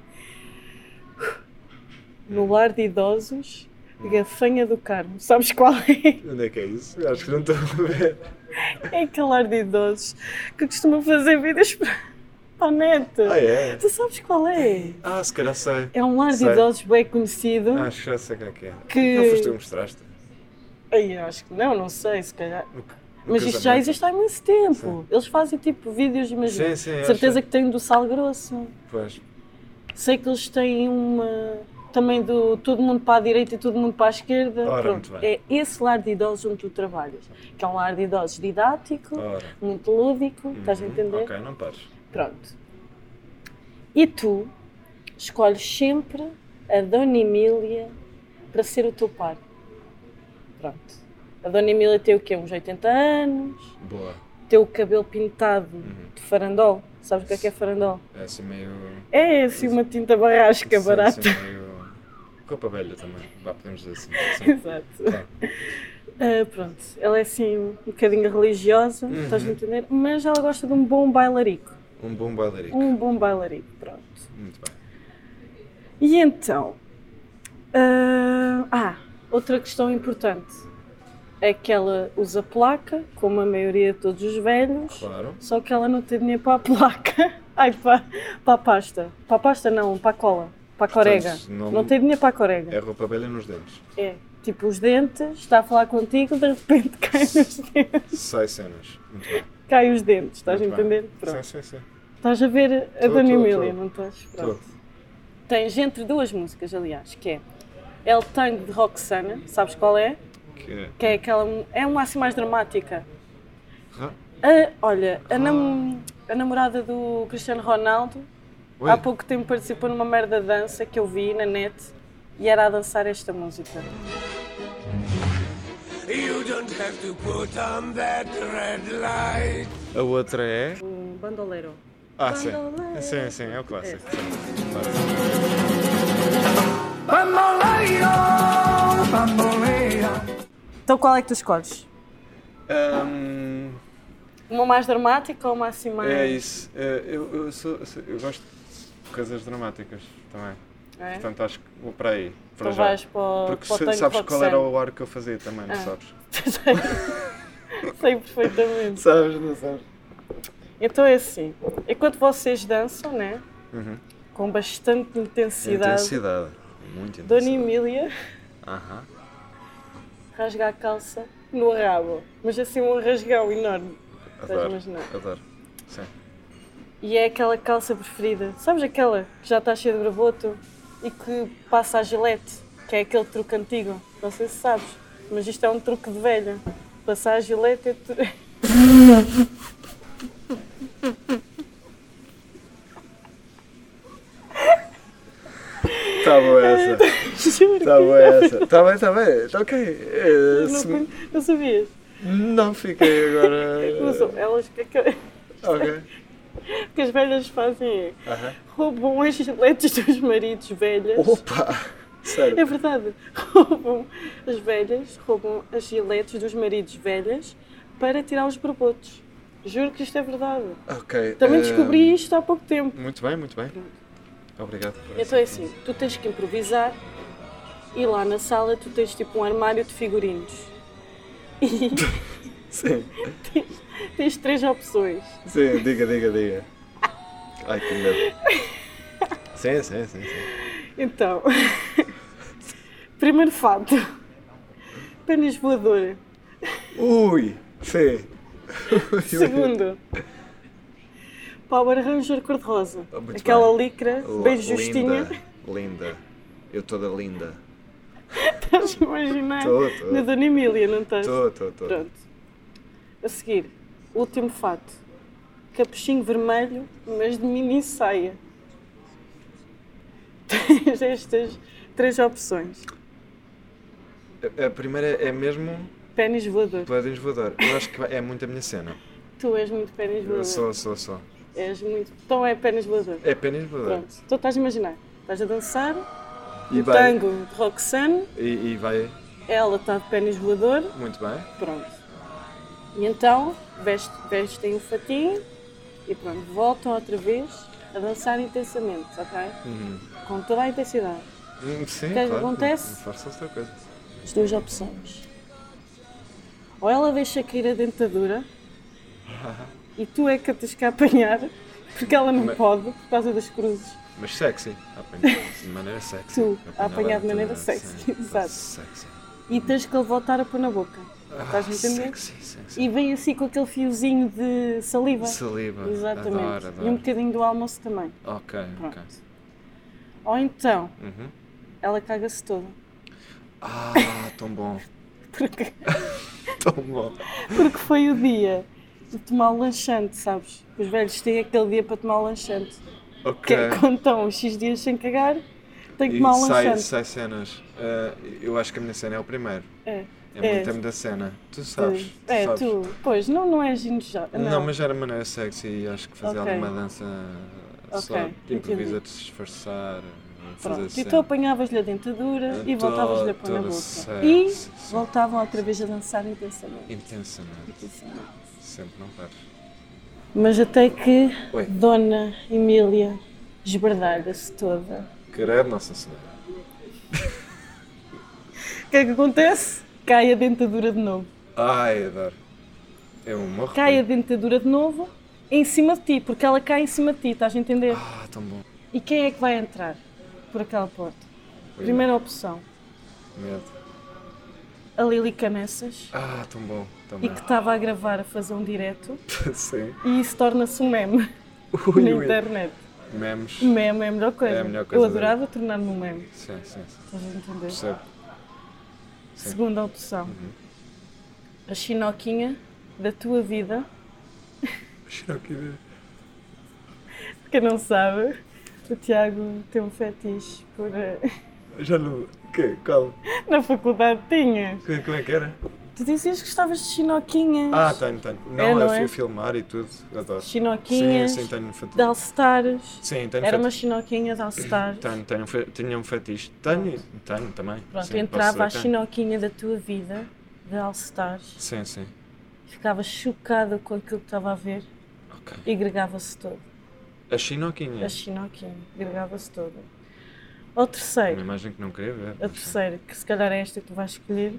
S1: no lar de idosos de Gafanha do Carmo. Sabes qual é?
S2: Onde é que é isso? Acho que não estou a ver.
S1: É aquele lar de idosos que costuma fazer vidas para para a net.
S2: Ah, é?
S1: Tu sabes qual é?
S2: Ah, se calhar sei.
S1: É um lar de
S2: Sei.
S1: idosos bem conhecido.
S2: Ah, acho que já sei quem é que é.
S1: Que-
S2: Não foste tu que mostraste.
S1: Ai, eu acho que não, não sei, se calhar.
S2: No- no
S1: Mas isto já
S2: casamento.
S1: existe há imenso tempo. Eles fazem tipo vídeos, imagina.
S2: Sim, sim. acho
S1: Certeza
S2: que-
S1: que têm do sal grosso.
S2: Pois.
S1: Sei que eles têm uma também do todo mundo para a direita e todo mundo para a esquerda.
S2: Ora,
S1: Pronto,
S2: muito bem.
S1: é esse lar de idosos onde tu trabalhas, que é um lar de idosos didático,
S2: Ora.
S1: muito lúdico, estás a
S2: Uhum,
S1: entender?
S2: Ok, não pares.
S1: Pronto. E tu escolhes sempre a Dona Emília para ser o teu par. Pronto. A Dona Emília tem o quê? Uns 80 anos,
S2: Boa.
S1: tem o cabelo pintado
S2: Uhum.
S1: de farandol. Sabes o que é que é farandol?
S2: É assim meio.
S1: É assim uma tinta barrasca
S2: assim-
S1: é barata.
S2: Assim meio. Roupa velha também. Vá, podemos dizer assim. Sim.
S1: Exato.
S2: Tá.
S1: Ah, pronto, ela é assim um bocadinho religiosa,
S2: Uhum.
S1: estás a entender? Mas ela gosta de um bom bailarico.
S2: Um bom bailarico.
S1: Um bom bailarico, pronto.
S2: Muito bem.
S1: E então. ah, ah, outra questão importante é que ela usa placa, como a maioria de todos os velhos,
S2: Claro.
S1: só que ela não tem dinheiro para a placa. Ai, para, para a pasta. Para a pasta não, para a cola. Para a corega.
S2: Portanto, não-
S1: não... tem dinheiro para a corega.
S2: É roupa velha nos dentes.
S1: É, tipo os dentes, está a falar contigo, de repente cai os dentes.
S2: Sai cenas. Muito bem.
S1: Cai os dentes, estás a
S2: Muito bem.
S1: entender? Pronto.
S2: Sim, sim, sim.
S1: Estás a ver a
S2: Tô,
S1: Dona
S2: tô,
S1: Emília,
S2: tô.
S1: não estás?
S2: Tô.
S1: Pronto. Tens entre duas músicas, aliás, que é El Tango de Roxana, sabes qual é?
S2: Que...
S1: Que é aquela. É uma assim mais dramática.
S2: Hã? Ah.
S1: A- olha, a, nam- a namorada do Cristiano Ronaldo
S2: Oi?
S1: há pouco tempo participou numa merda dança que eu vi na net e era a dançar esta música.
S3: You don't have to put on that red light.
S2: A outra é.
S1: Um bandoleiro.
S2: Ah, sim.
S1: Bandoleira.
S2: Sim, sim, é o clássico.
S1: É.
S2: sim. Claro.
S3: Bamboleo, bamboleo.
S1: Então qual é que tu escolhes? É.
S2: Hum,
S1: Uma mais dramática ou uma assim mais.
S2: é isso. É, Eu, eu, sou- eu sou- eu gosto de coisas dramáticas também.
S1: É?
S2: Portanto, acho que vou para aí. Para
S1: Então
S2: já.
S1: vais para o,
S2: Porque
S1: para o
S2: se-
S1: tango
S2: sabes
S1: de
S2: qual era
S1: Roxana.
S2: o ar que eu fazia também, não
S1: Ah.
S2: sabes?
S1: Sei- Sei perfeitamente.
S2: Sabes, não sabes?
S1: Então é assim, enquanto vocês dançam, né?
S2: Uhum.
S1: Com bastante intensidade,
S2: Intensidade. Muito intensidade.
S1: Dona Emília
S2: Aham.
S1: rasga a calça no rabo. Mas assim um rasgão enorme. Estás a
S2: Adoro.
S1: imaginar?
S2: Adoro. Sim.
S1: E é aquela calça preferida. Sabes aquela que já está cheia de gravoto e que passa a gilete, que é aquele truque antigo. Não sei se sabes, mas isto é um truque de velha. Passar a gilete é. tru-
S2: Tá boa essa.
S1: Juro
S2: Tá
S1: que
S2: boa essa. Tá bem, tá bem. Tá ok. É,
S1: eu não,
S2: se-
S1: fui- não sabias.
S2: Não fiquei
S1: Não
S2: agora. eh,
S1: sou- Elas que, que,
S2: Ok.
S1: que as velhas fazem é
S2: Aham. Oh,
S1: roubam as giletes dos maridos velhas.
S2: Opa! Sério.
S1: É verdade. Roubam as velhas, roubam as giletes dos maridos velhas para tirar os borbotos. Juro que isto é verdade.
S2: Ok.
S1: Também
S2: eh,
S1: descobri isto há pouco tempo.
S2: Muito bem, muito bem. Obrigado por
S1: Então é assim, tu tens que improvisar e lá na sala tu tens tipo um armário de figurinos. E
S2: Sim,
S1: tens três opções.
S2: sim, diga, diga, diga. Ai, que medo. Sim, sim, sim. sim.
S1: Então, primeiro fato, penas voadora.
S2: Ui! Sim.
S1: Segundo, Power Ranger cor-de-rosa.
S2: Ah, muito
S1: Aquela
S2: bem.
S1: licra,
S2: L-
S1: bem justinha.
S2: Linda, linda. Eu toda linda.
S1: Estás a imaginar?
S2: Tô, tô.
S1: Na Dona Emília, não estás?
S2: Tô, tô, tô.
S1: Pronto. A seguir, último fato. Capuchinho vermelho, mas de mini saia. Tens estas três opções.
S2: A- A primeira é mesmo
S1: Pênis voador.
S2: Paladins Voador. Eu acho que é muito a minha cena.
S1: Tu és muito pênis
S2: Eu
S1: voador.
S2: sou, sou, sou.
S1: És muito. Então é pênis voador.
S2: É Pênis Voador.
S1: Pronto. Então estás a imaginar. Estás a dançar,
S2: E
S1: o
S2: vai,
S1: tango de Roxane,
S2: e, e vai
S1: ela está de pênis voador,
S2: muito bem.
S1: pronto. E então veste- vestem o fatinho e pronto, voltam outra vez a dançar intensamente, ok?
S2: Uhum.
S1: Com toda a intensidade.
S2: Hum, Sim,
S1: que é que
S2: claro.
S1: acontece?
S2: Não Faça outra coisa.
S1: As duas opções. Ou ela deixa cair a dentadura e tu é que a tens que apanhar, porque ela não
S2: Mas-
S1: pode, por causa das cruzes.
S2: Mas sexy. Apanhado de maneira sexy.
S1: Tu,
S2: Apanhada
S1: apanhado de maneira
S2: sim,
S1: sexy,
S2: sim,
S1: exato.
S2: Sexy. Ah,
S1: E tens que levantar a pôr na boca. Estás a entender?
S2: Sexy, sexy.
S1: E vem assim com aquele fiozinho de saliva.
S2: Saliva.
S1: Exatamente.
S2: Adoro, adoro.
S1: E um bocadinho do almoço também.
S2: Ok,
S1: Pronto.
S2: ok.
S1: Ou então,
S2: Uhum.
S1: ela caga-se toda.
S2: Ah, tão bom.
S1: Porque,
S2: tão bom.
S1: porque foi o dia de tomar o lanchante, sabes? Os velhos têm aquele dia para tomar o lanchante.
S2: Ok.
S1: Que é quando estão uns X dias sem cagar, tem que
S2: E
S1: tomar o
S2: sai,
S1: lanchante.
S2: sai cenas. Ah, eu acho que a minha cena é o primeiro.
S1: É.
S2: É,
S1: É.
S2: muito a minha cena. Tu sabes. tu
S1: é,
S2: sabes.
S1: tu. Pois, não, não és inojado.
S2: Não.
S1: Não,
S2: mas era maneira sexy e acho que fazer
S1: Ok.
S2: alguma dança só
S1: Ok,
S2: improvisa de se disfarçar. Fazer
S1: Pronto.
S2: cena.
S1: Então apanhavas-lhe a dentadura e
S2: Toda-
S1: voltavas-lhe a pôr na
S2: toda
S1: boca.
S2: certa,
S1: E
S2: sim, sim.
S1: voltavam outra vez a dançar intensamente.
S2: Intensamente. Sempre não pares.
S1: Mas até que
S2: Oi.
S1: Dona Emília esbardalha-se toda.
S2: Querer, Nossa Senhora.
S1: O que é que acontece? Cai a dentadura de novo.
S2: Ai, adoro. É um morro.
S1: Cai a dentadura de novo em cima de ti, porque ela cai em cima de ti, estás a entender?
S2: Ah, tão bom.
S1: E quem é que vai entrar por aquela porta?
S2: é.
S1: Primeira opção,
S2: Medo.
S1: a Lili Canessas,
S2: Ah, tão bom. Tão
S1: e
S2: bom.
S1: que estava a gravar a fazer um direto,
S2: Sim.
S1: e isso torna-se um meme
S2: Ui,
S1: na
S2: ui.
S1: internet.
S2: memes.
S1: Meme é a melhor coisa.
S2: É a melhor coisa
S1: Eu adorava tornar-me um meme.
S2: Sim, sim, sim.
S1: Estás a entender?
S2: Percebo. Sim.
S1: Segunda opção.
S2: Uhum.
S1: A chinoquinha da tua vida,
S2: Cheira aqui de-
S1: quem não sabe, o Tiago tem um fetiche por. eh,
S2: Já não. Que? Qual?
S1: Na faculdade tinhas.
S2: Que- Como é que era?
S1: Tu dizias que gostavas de chinoquinhas.
S2: Ah, tenho, tenho. Não,
S1: É, não
S2: eu
S1: é?
S2: fui a filmar e tudo. Adoro. Sim,
S1: Chinoquinhas,
S2: sim, tenho um fetiche.
S1: de All-Stars.
S2: Sim, tenho
S1: Era
S2: fetiche.
S1: uma chinoquinha de All-Stars.
S2: Tenho, tenho, um fe- tinha um fetiche. Tenho, tenho também.
S1: Pronto,
S2: Sim,
S1: entrava a
S2: posso dizer que tenho.
S1: chinoquinha da tua vida, de All-Stars,
S2: Sim, sim.
S1: ficava chocada com aquilo que estava a ver
S2: Ok.
S1: e gregava-se todo.
S2: A chinoquinha.
S1: A chinoquinha, gregava-se toda. Ou terceiro,
S2: Uma imagem que não queria ver.
S1: a
S2: mas sim.
S1: terceira, que se calhar é esta que tu vais escolher,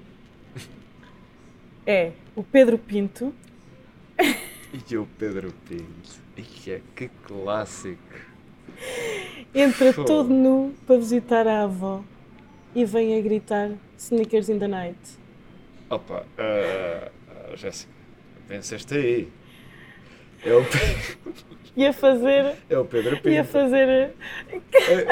S1: é o Pedro Pinto,
S2: E o Pedro Pinto. Ia, que clássico.
S1: entra
S2: Fogo.
S1: todo nu para visitar a avó e vem a gritar Sneakers in the Night.
S2: Opa, ah, ah, Jéssica, venceste aí. É o, Pe-
S1: E a fazer,
S2: é o Pedro
S1: e a
S2: Pinto.
S1: fazer,
S2: É-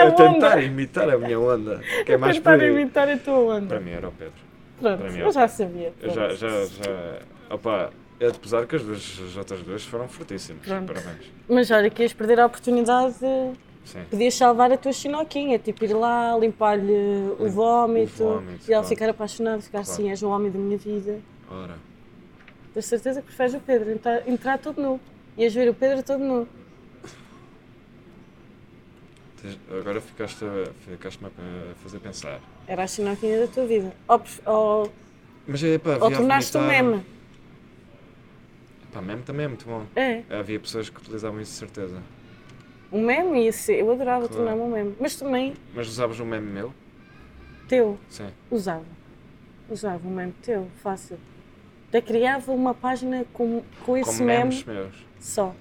S1: a
S2: a tentar
S1: onda.
S2: imitar a minha onda. Que é
S1: a
S2: mais
S1: tentar
S2: por aí.
S1: imitar a tua
S2: Para
S1: onda.
S2: mim era o Pedro.
S1: Pronto,
S2: para mim, é
S1: eu já sabia.
S2: Eu
S1: pronto.
S2: já, já, já. Opa, é de pesar que as, duas, as outras duas foram fortíssimas.
S1: Pronto.
S2: Parabéns.
S1: Mas olha, querias perder a oportunidade de...
S2: Sim.
S1: Podias salvar a tua chinoquinha, tipo ir lá, limpar-lhe o
S2: Lim-
S1: vómito,
S2: o vómito,
S1: e ela
S2: claro.
S1: ficar apaixonada, ficar assim,
S2: Claro.
S1: és o homem da minha vida.
S2: Ora.
S1: Tens certeza que preferes o Pedro, entrar, entrar todo nu. Ias ver o Pedro todo nu.
S2: tens- Agora ficaste a- ficaste-me a a fazer pensar.
S1: Era a chinoquinha da tua vida. Ou, pref- ou-
S2: Mas é pá,
S1: ou
S2: havia
S1: tornaste um
S2: vomitar.
S1: meme.
S2: Pá, meme também é muito bom.
S1: É,
S2: Havia pessoas que utilizavam isso de certeza.
S1: um meme ia ser. Eu adorava
S2: Claro.
S1: tornar-me um meme. Mas também,
S2: Mas usavas um meme meu?
S1: teu,
S2: Sim.
S1: usava. Usava um meme teu, fácil. Até criava uma página com, com esse
S2: Com
S1: meme.
S2: memes meus.
S1: Só.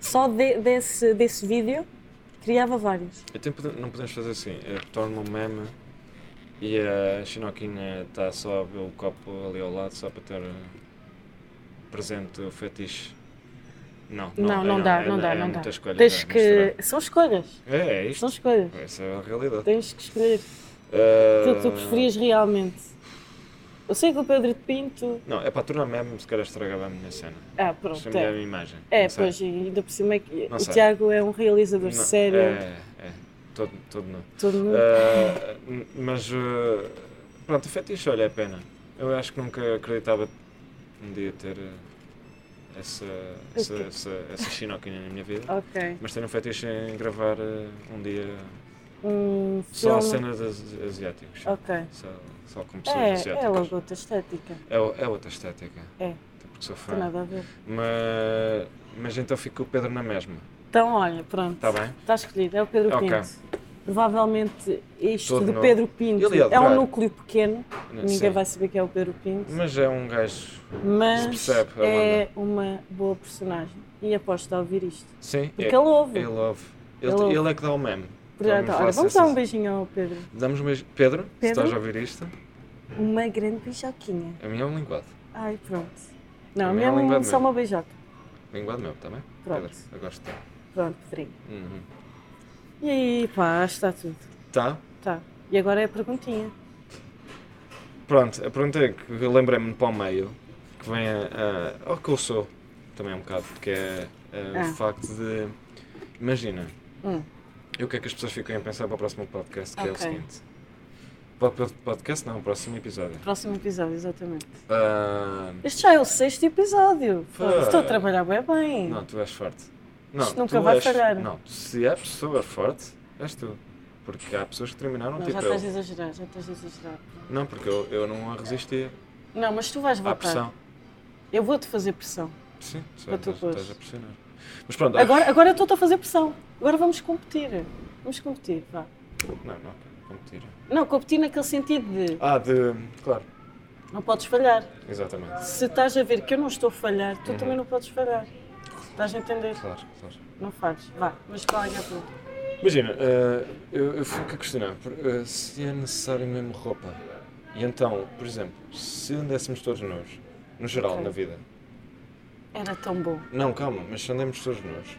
S1: Só de- desse, desse vídeo criava vários.
S2: Então pode- não podemos fazer assim, eu torno um meme e a Shinoquinha está só a ver o copo ali ao lado só para ter eh, presente o fetiche. Não,
S1: Não, não,
S2: é
S1: dá,
S2: é-
S1: não dá,
S2: é
S1: não dá.
S2: muita escolha,
S1: Tens
S2: é misturar.
S1: que. São escolhas.
S2: É, é isto.
S1: São escolhas.
S2: Essa é a realidade.
S1: Tens que escolher aquilo que tu
S2: Eh,
S1: preferias realmente. Eu sei que o Pedro de Pinto.
S2: Não, é para tornar meme, se calhar estragava a minha cena.
S1: Ah, pronto.
S2: Isto é a
S1: É,
S2: minha imagem.
S1: é
S2: não sei.
S1: pois, e ainda por cima é que
S2: Não
S1: o
S2: sei.
S1: Tiago é um realizador
S2: Não,
S1: sério.
S2: É, é. Todo, todo nu.
S1: Todo mundo.
S2: Ah, n- mas ah, pronto, o fetiche, olha, é pena. Eu acho que nunca acreditava um dia ter ah, essa, essa,
S1: Ok.
S2: essa, essa chinoquinha na minha vida.
S1: Ok.
S2: Mas tenho um fetiche em gravar ah, um dia
S1: Um
S2: só
S1: filme.
S2: cenas as- asiáticas.
S1: Ok.
S2: Só, só com pessoas
S1: É, é
S2: asiáticas.
S1: logo outra estética.
S2: É, o- é outra estética.
S1: É.
S2: Até Porque sou
S1: Não tem
S2: fã.
S1: nada a ver.
S2: Mas, mas então fica o Pedro na mesma.
S1: Então, olha, pronto.
S2: Está bem?
S1: Está escolhido, é o Pedro
S2: Tá. Ok.
S1: Pinto. Provavelmente isto
S2: Todo
S1: de
S2: novo.
S1: Pedro Pinto
S2: Ele ia
S1: é um
S2: adorar.
S1: núcleo pequeno, ninguém
S2: Sim.
S1: vai saber que é o Pedro Pinto,
S2: Mas é um gajo.
S1: mas
S2: se percebe a
S1: é uma boa personagem e aposto a ouvir isto.
S2: Sim.
S1: Porque
S2: é-
S1: ele ouve.
S2: Ele ouve. Ele,
S1: Ele ouve.
S2: ele é que dá o meme.
S1: Portanto,
S2: Dá-me
S1: olha, vamos
S2: essa
S1: dar um
S2: sensação.
S1: beijinho ao Pedro.
S2: Damos um beijo. Pedro, se
S1: Pedro?
S2: estás a ouvir isto,
S1: Uma grande beijoquinha.
S2: a minha é um linguado.
S1: Ai, pronto. Não, a
S2: Também
S1: minha é
S2: é um
S1: um-
S2: linguado
S1: só
S2: mesmo.
S1: uma beijoca.
S2: Linguado meu, também?
S1: Pronto.
S2: Pedro, eu gosto de
S1: Pronto, Pedrinho.
S2: uhum.
S1: E aí, pá, acho que está tudo.
S2: Tá?
S1: Tá. E agora é a perguntinha.
S2: Pronto, a pergunta é que eu lembrei-me para o meio, que vem a. a- ao que eu sou, também um bocado, que é é,
S1: Ah.
S2: o facto de. Imagina,
S1: Hum.
S2: e o que é que as pessoas ficam a pensar para o próximo podcast, que é o
S1: Ok.
S2: seguinte. Po- po- Podcast não, próximo episódio.
S1: Próximo episódio, exatamente.
S2: Ah,
S1: Este já é o sexto episódio.
S2: Foi.
S1: Estou a trabalhar bem bem.
S2: Não, tu és forte. Não,
S1: Isto nunca
S2: tu
S1: vai
S2: és-
S1: falhar.
S2: Não, se a pessoa é forte, és tu. Porque há pessoas que terminaram
S1: Não,
S2: tipo
S1: já
S2: eu.
S1: estás a exagerar, já estás a exagerar.
S2: Não, porque eu, eu não a resistia
S1: Não, mas tu vais
S2: à
S1: voltar.
S2: pressão.
S1: Eu vou-te fazer pressão.
S2: Sim, só
S1: Para tu
S2: estás, estás
S1: pôres.
S2: a pressionar. Mas pronto,
S1: Agora, agora eu estou-te a fazer pressão. Agora vamos competir. Vamos competir, vá.
S2: Não, não, competir.
S1: Não, competir naquele sentido de
S2: Ah, de. Claro,
S1: não podes falhar.
S2: exatamente.
S1: Se estás a ver que eu não estou a falhar, tu
S2: Uhum.
S1: também não podes falhar. Estás a entender?
S2: Claro, claro.
S1: Não fazes. Vá, mas qual é a pergunta?
S2: Imagina, eh, eu, eu fico a questionar por- eh, se é necessário mesmo roupa. E então, por exemplo, se andéssemos todos nós, no geral,
S1: Ok.
S2: na vida.
S1: Era tão bom.
S2: Não, calma, mas se andemos todos nós.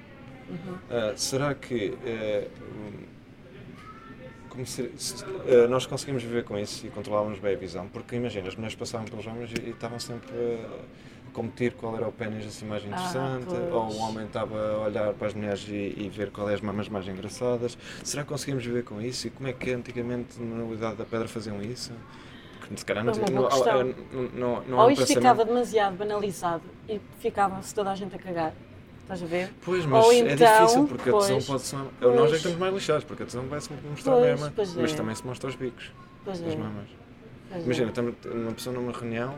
S1: Uhum.
S2: Ah, será que eh, hum, como se- se- eh, nós conseguimos viver com isso e controlávamos bem a visão? Porque imagina, as mulheres passavam pelos homens e e estavam sempre eh, a competir qual era o pênis assim mais interessante,
S1: Ah, pois.
S2: ou o homem estava a olhar para as mulheres e, e ver qual é as mamas mais engraçadas. Será que conseguimos viver com isso? E como é que antigamente na Idade da Pedra faziam isso? Porque se calhar não,
S1: É uma
S2: tinha-
S1: boa
S2: não- ah,
S1: questão.
S2: não, não, não há um
S1: Ou isto
S2: pensamento-
S1: ficava demasiado banalizado e ficava-se toda a gente a cagar. Estás a ver?
S2: Pois, mas
S1: Ou
S2: é
S1: então,
S2: difícil porque a tesão
S1: pois,
S2: pode sonar.
S1: pois.
S2: Nós é que estamos mais lixados porque a tesão vai se mostrar
S1: Pois,
S2: mesmo,
S1: pois
S2: mas
S1: é.
S2: também se mostra os bicos,
S1: Pois é.
S2: as mamas.
S1: pois é.
S2: Imagina, estamos uma pessoa numa reunião.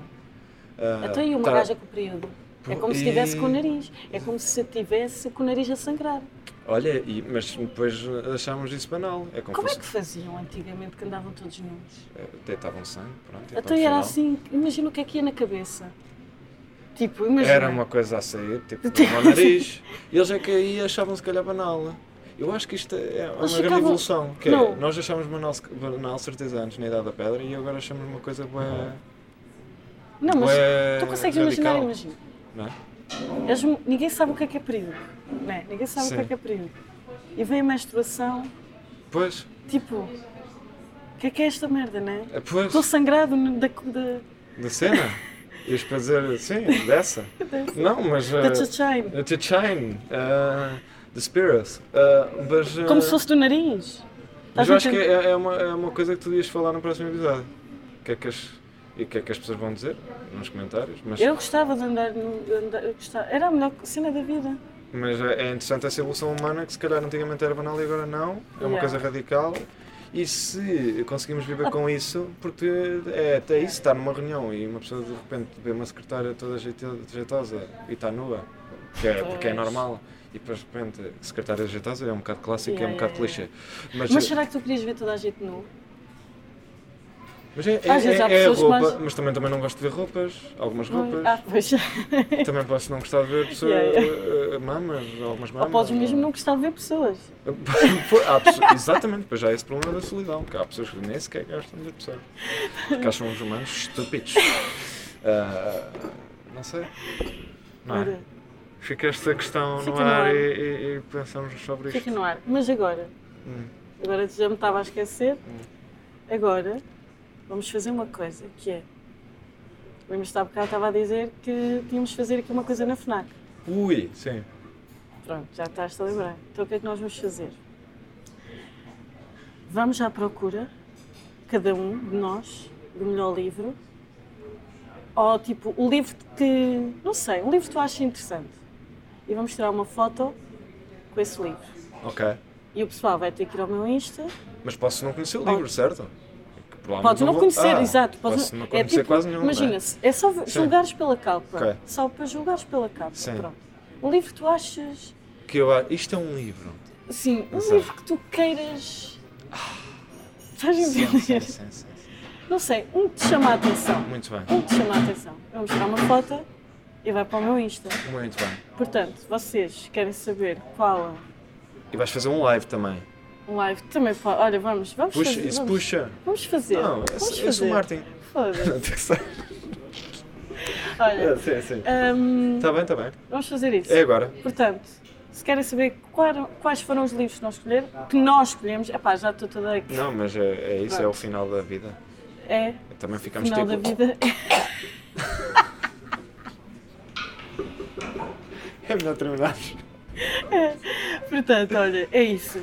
S2: ah,
S1: Até aí Então, uma
S2: tá-
S1: gaja com o período. É como se
S2: E-
S1: estivesse com o nariz. É como se estivesse com o nariz a sangrar.
S2: É Olha, e- mas depois achámos isso banal. É como,
S1: Como é
S2: se
S1: que faziam antigamente que andavam todos nus?
S2: eh, deitavam sangue, pronto. e
S1: Até
S2: ponto
S1: era
S2: final.
S1: assim, imagina o que é que ia na cabeça. Tipo, imagina. Então,
S2: Era uma coisa a sair, tipo, no nariz. E eles é que aí achavam se calhar banal. Eu acho que isto é uma
S1: Eles
S2: grande
S1: ficavam-
S2: evolução. Que é,
S1: Não.
S2: nós achamos banal, banal certeza antes na Idade da Pedra e agora achamos uma coisa
S1: Uhum.
S2: boa.
S1: Não, mas
S2: bué
S1: tu consegues imaginar,
S2: radical.
S1: imagina.
S2: Não é?
S1: Eles- ninguém sabe o que é que é período. Não é? Ninguém sabe
S2: Sim.
S1: o que é que é período. E vem a menstruação,
S2: Pois,
S1: tipo, o que é que é esta merda, não é?
S2: eh, pois,
S1: Estou sangrado no- da, da,
S2: da cena. Ias para dizer, sim, dessa. Não, mas. eh,
S1: da tchatchain.
S2: The Chain, uh, The Spirits. Uh, mas, uh,
S1: Como se fosse do nariz. Estás
S2: mas eu
S1: a
S2: acho que
S1: entender?
S2: é, é uma, é uma coisa que tu devias falar no próximo episódio. O Que é que as, e o que é que as pessoas vão dizer nos comentários. Mas,
S1: Eu gostava de andar, no- de andar- eu gostava- era a melhor cena da vida.
S2: mas é é interessante essa evolução humana que se calhar antigamente era banal e agora não. É uma
S1: Yeah.
S2: coisa radical. E se conseguimos viver com isso, porque é até isso, estar numa reunião e uma pessoa de repente vê uma secretária toda jeito- jeitosa e está nua, que é, porque é
S1: Pois.
S2: normal, e depois de repente secretária jeitosa é um bocado clássico, é um
S1: Yeah,
S2: bocado
S1: yeah,
S2: clichê.
S1: yeah.
S2: Mas,
S1: Mas será que tu querias ver toda a gente nu?
S2: mas é, é,
S1: Às vezes há
S2: é- é
S1: pessoas que
S2: roupa,
S1: mais-
S2: mas também, também não gosto de ver roupas, algumas roupas.
S1: Ah, pois.
S2: Também posso não gostar de ver pessoas,
S1: Yeah,
S2: eh, mamas, algumas mamas.
S1: Ou podes mesmo não gostar de ver pessoas.
S2: Há pessoas- exatamente, pois já há esse problema da solidão, que há pessoas que nem sequer gostam de pessoas. Porque acham os humanos estúpidos. Ah, não sei. Não é?
S1: Ora,
S2: Fica esta questão
S1: Fica
S2: no
S1: no
S2: ar,
S1: ar.
S2: E, e- e pensamos sobre isto.
S1: Fica no ar. Mas agora,
S2: Hum.
S1: agora já me estava a esquecer. Agora vamos fazer uma coisa que é. Lembras-te há bocado estava a dizer que tínhamos de fazer aqui uma coisa na FNAC.
S2: Ui, sim.
S1: Pronto, já estás a lembrar. Então o que é que nós vamos fazer? Vamos à procura, cada um de nós, do melhor livro. Ou tipo, o livro que. Não sei, um livro que tu achas interessante. E vamos tirar uma foto com esse livro.
S2: Ok.
S1: E o pessoal vai ter que ir ao meu Insta.
S2: Mas posso não conhecer o livro, certo? Que provavelmente
S1: Podes não
S2: vou-
S1: conhecer,
S2: Ah,
S1: exato. Podes
S2: Posso não conhecer
S1: é tipo,
S2: quase nenhum. não é?
S1: Imagina-se, é só julgares pela capa.
S2: Ok.
S1: Só para julgares pela capa.
S2: Sim.
S1: Pronto. Um livro que tu achas.
S2: Que eu, a- isto é um livro.
S1: Sim, um
S2: sei.
S1: livro que tu queiras. Estás a
S2: Sim,
S1: entender?
S2: sim, sim, sim, sim.
S1: Não sei, um que te chama a atenção.
S2: Muito bem,
S1: Um que te chama a atenção. Vamos tirar uma foto e vai para o meu Insta.
S2: muito bem.
S1: Portanto, se vocês querem saber qual
S2: E vais fazer um live também.
S1: um live também pode. Olha, vamos, vamos
S2: Puxa,
S1: fazer.
S2: isso
S1: vamos,
S2: puxa.
S1: vamos fazer.
S2: Não,
S1: vamos
S2: esse,
S1: fazer.
S2: esse é o Martin.
S1: Foda-se.
S2: É,
S1: Olha,
S2: sim, sim.
S1: hum,
S2: Tá bem, tá bem.
S1: vamos fazer isso.
S2: É agora.
S1: Portanto, se querem saber qual eram- quais foram os livros que nós escolher, que nós escolhemos, epá, já estou toda aqui.
S2: Não, mas é, é isso, é o final da vida.
S1: É,
S2: Também ficamos
S1: final da
S2: tipo.
S1: vida.
S2: É melhor terminarmos.
S1: Portanto, olha, é isso.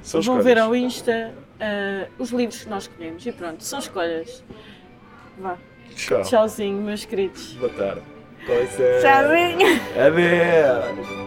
S2: São
S1: Vão
S2: escolhas.
S1: ver ao Insta ah, os livros que nós escolhemos e pronto, são escolhas. Vá.
S2: Tchau.
S1: Tchauzinho, meus queridos.
S2: Boa tarde. Com licença.
S1: Tchauzinho!
S2: Adeus.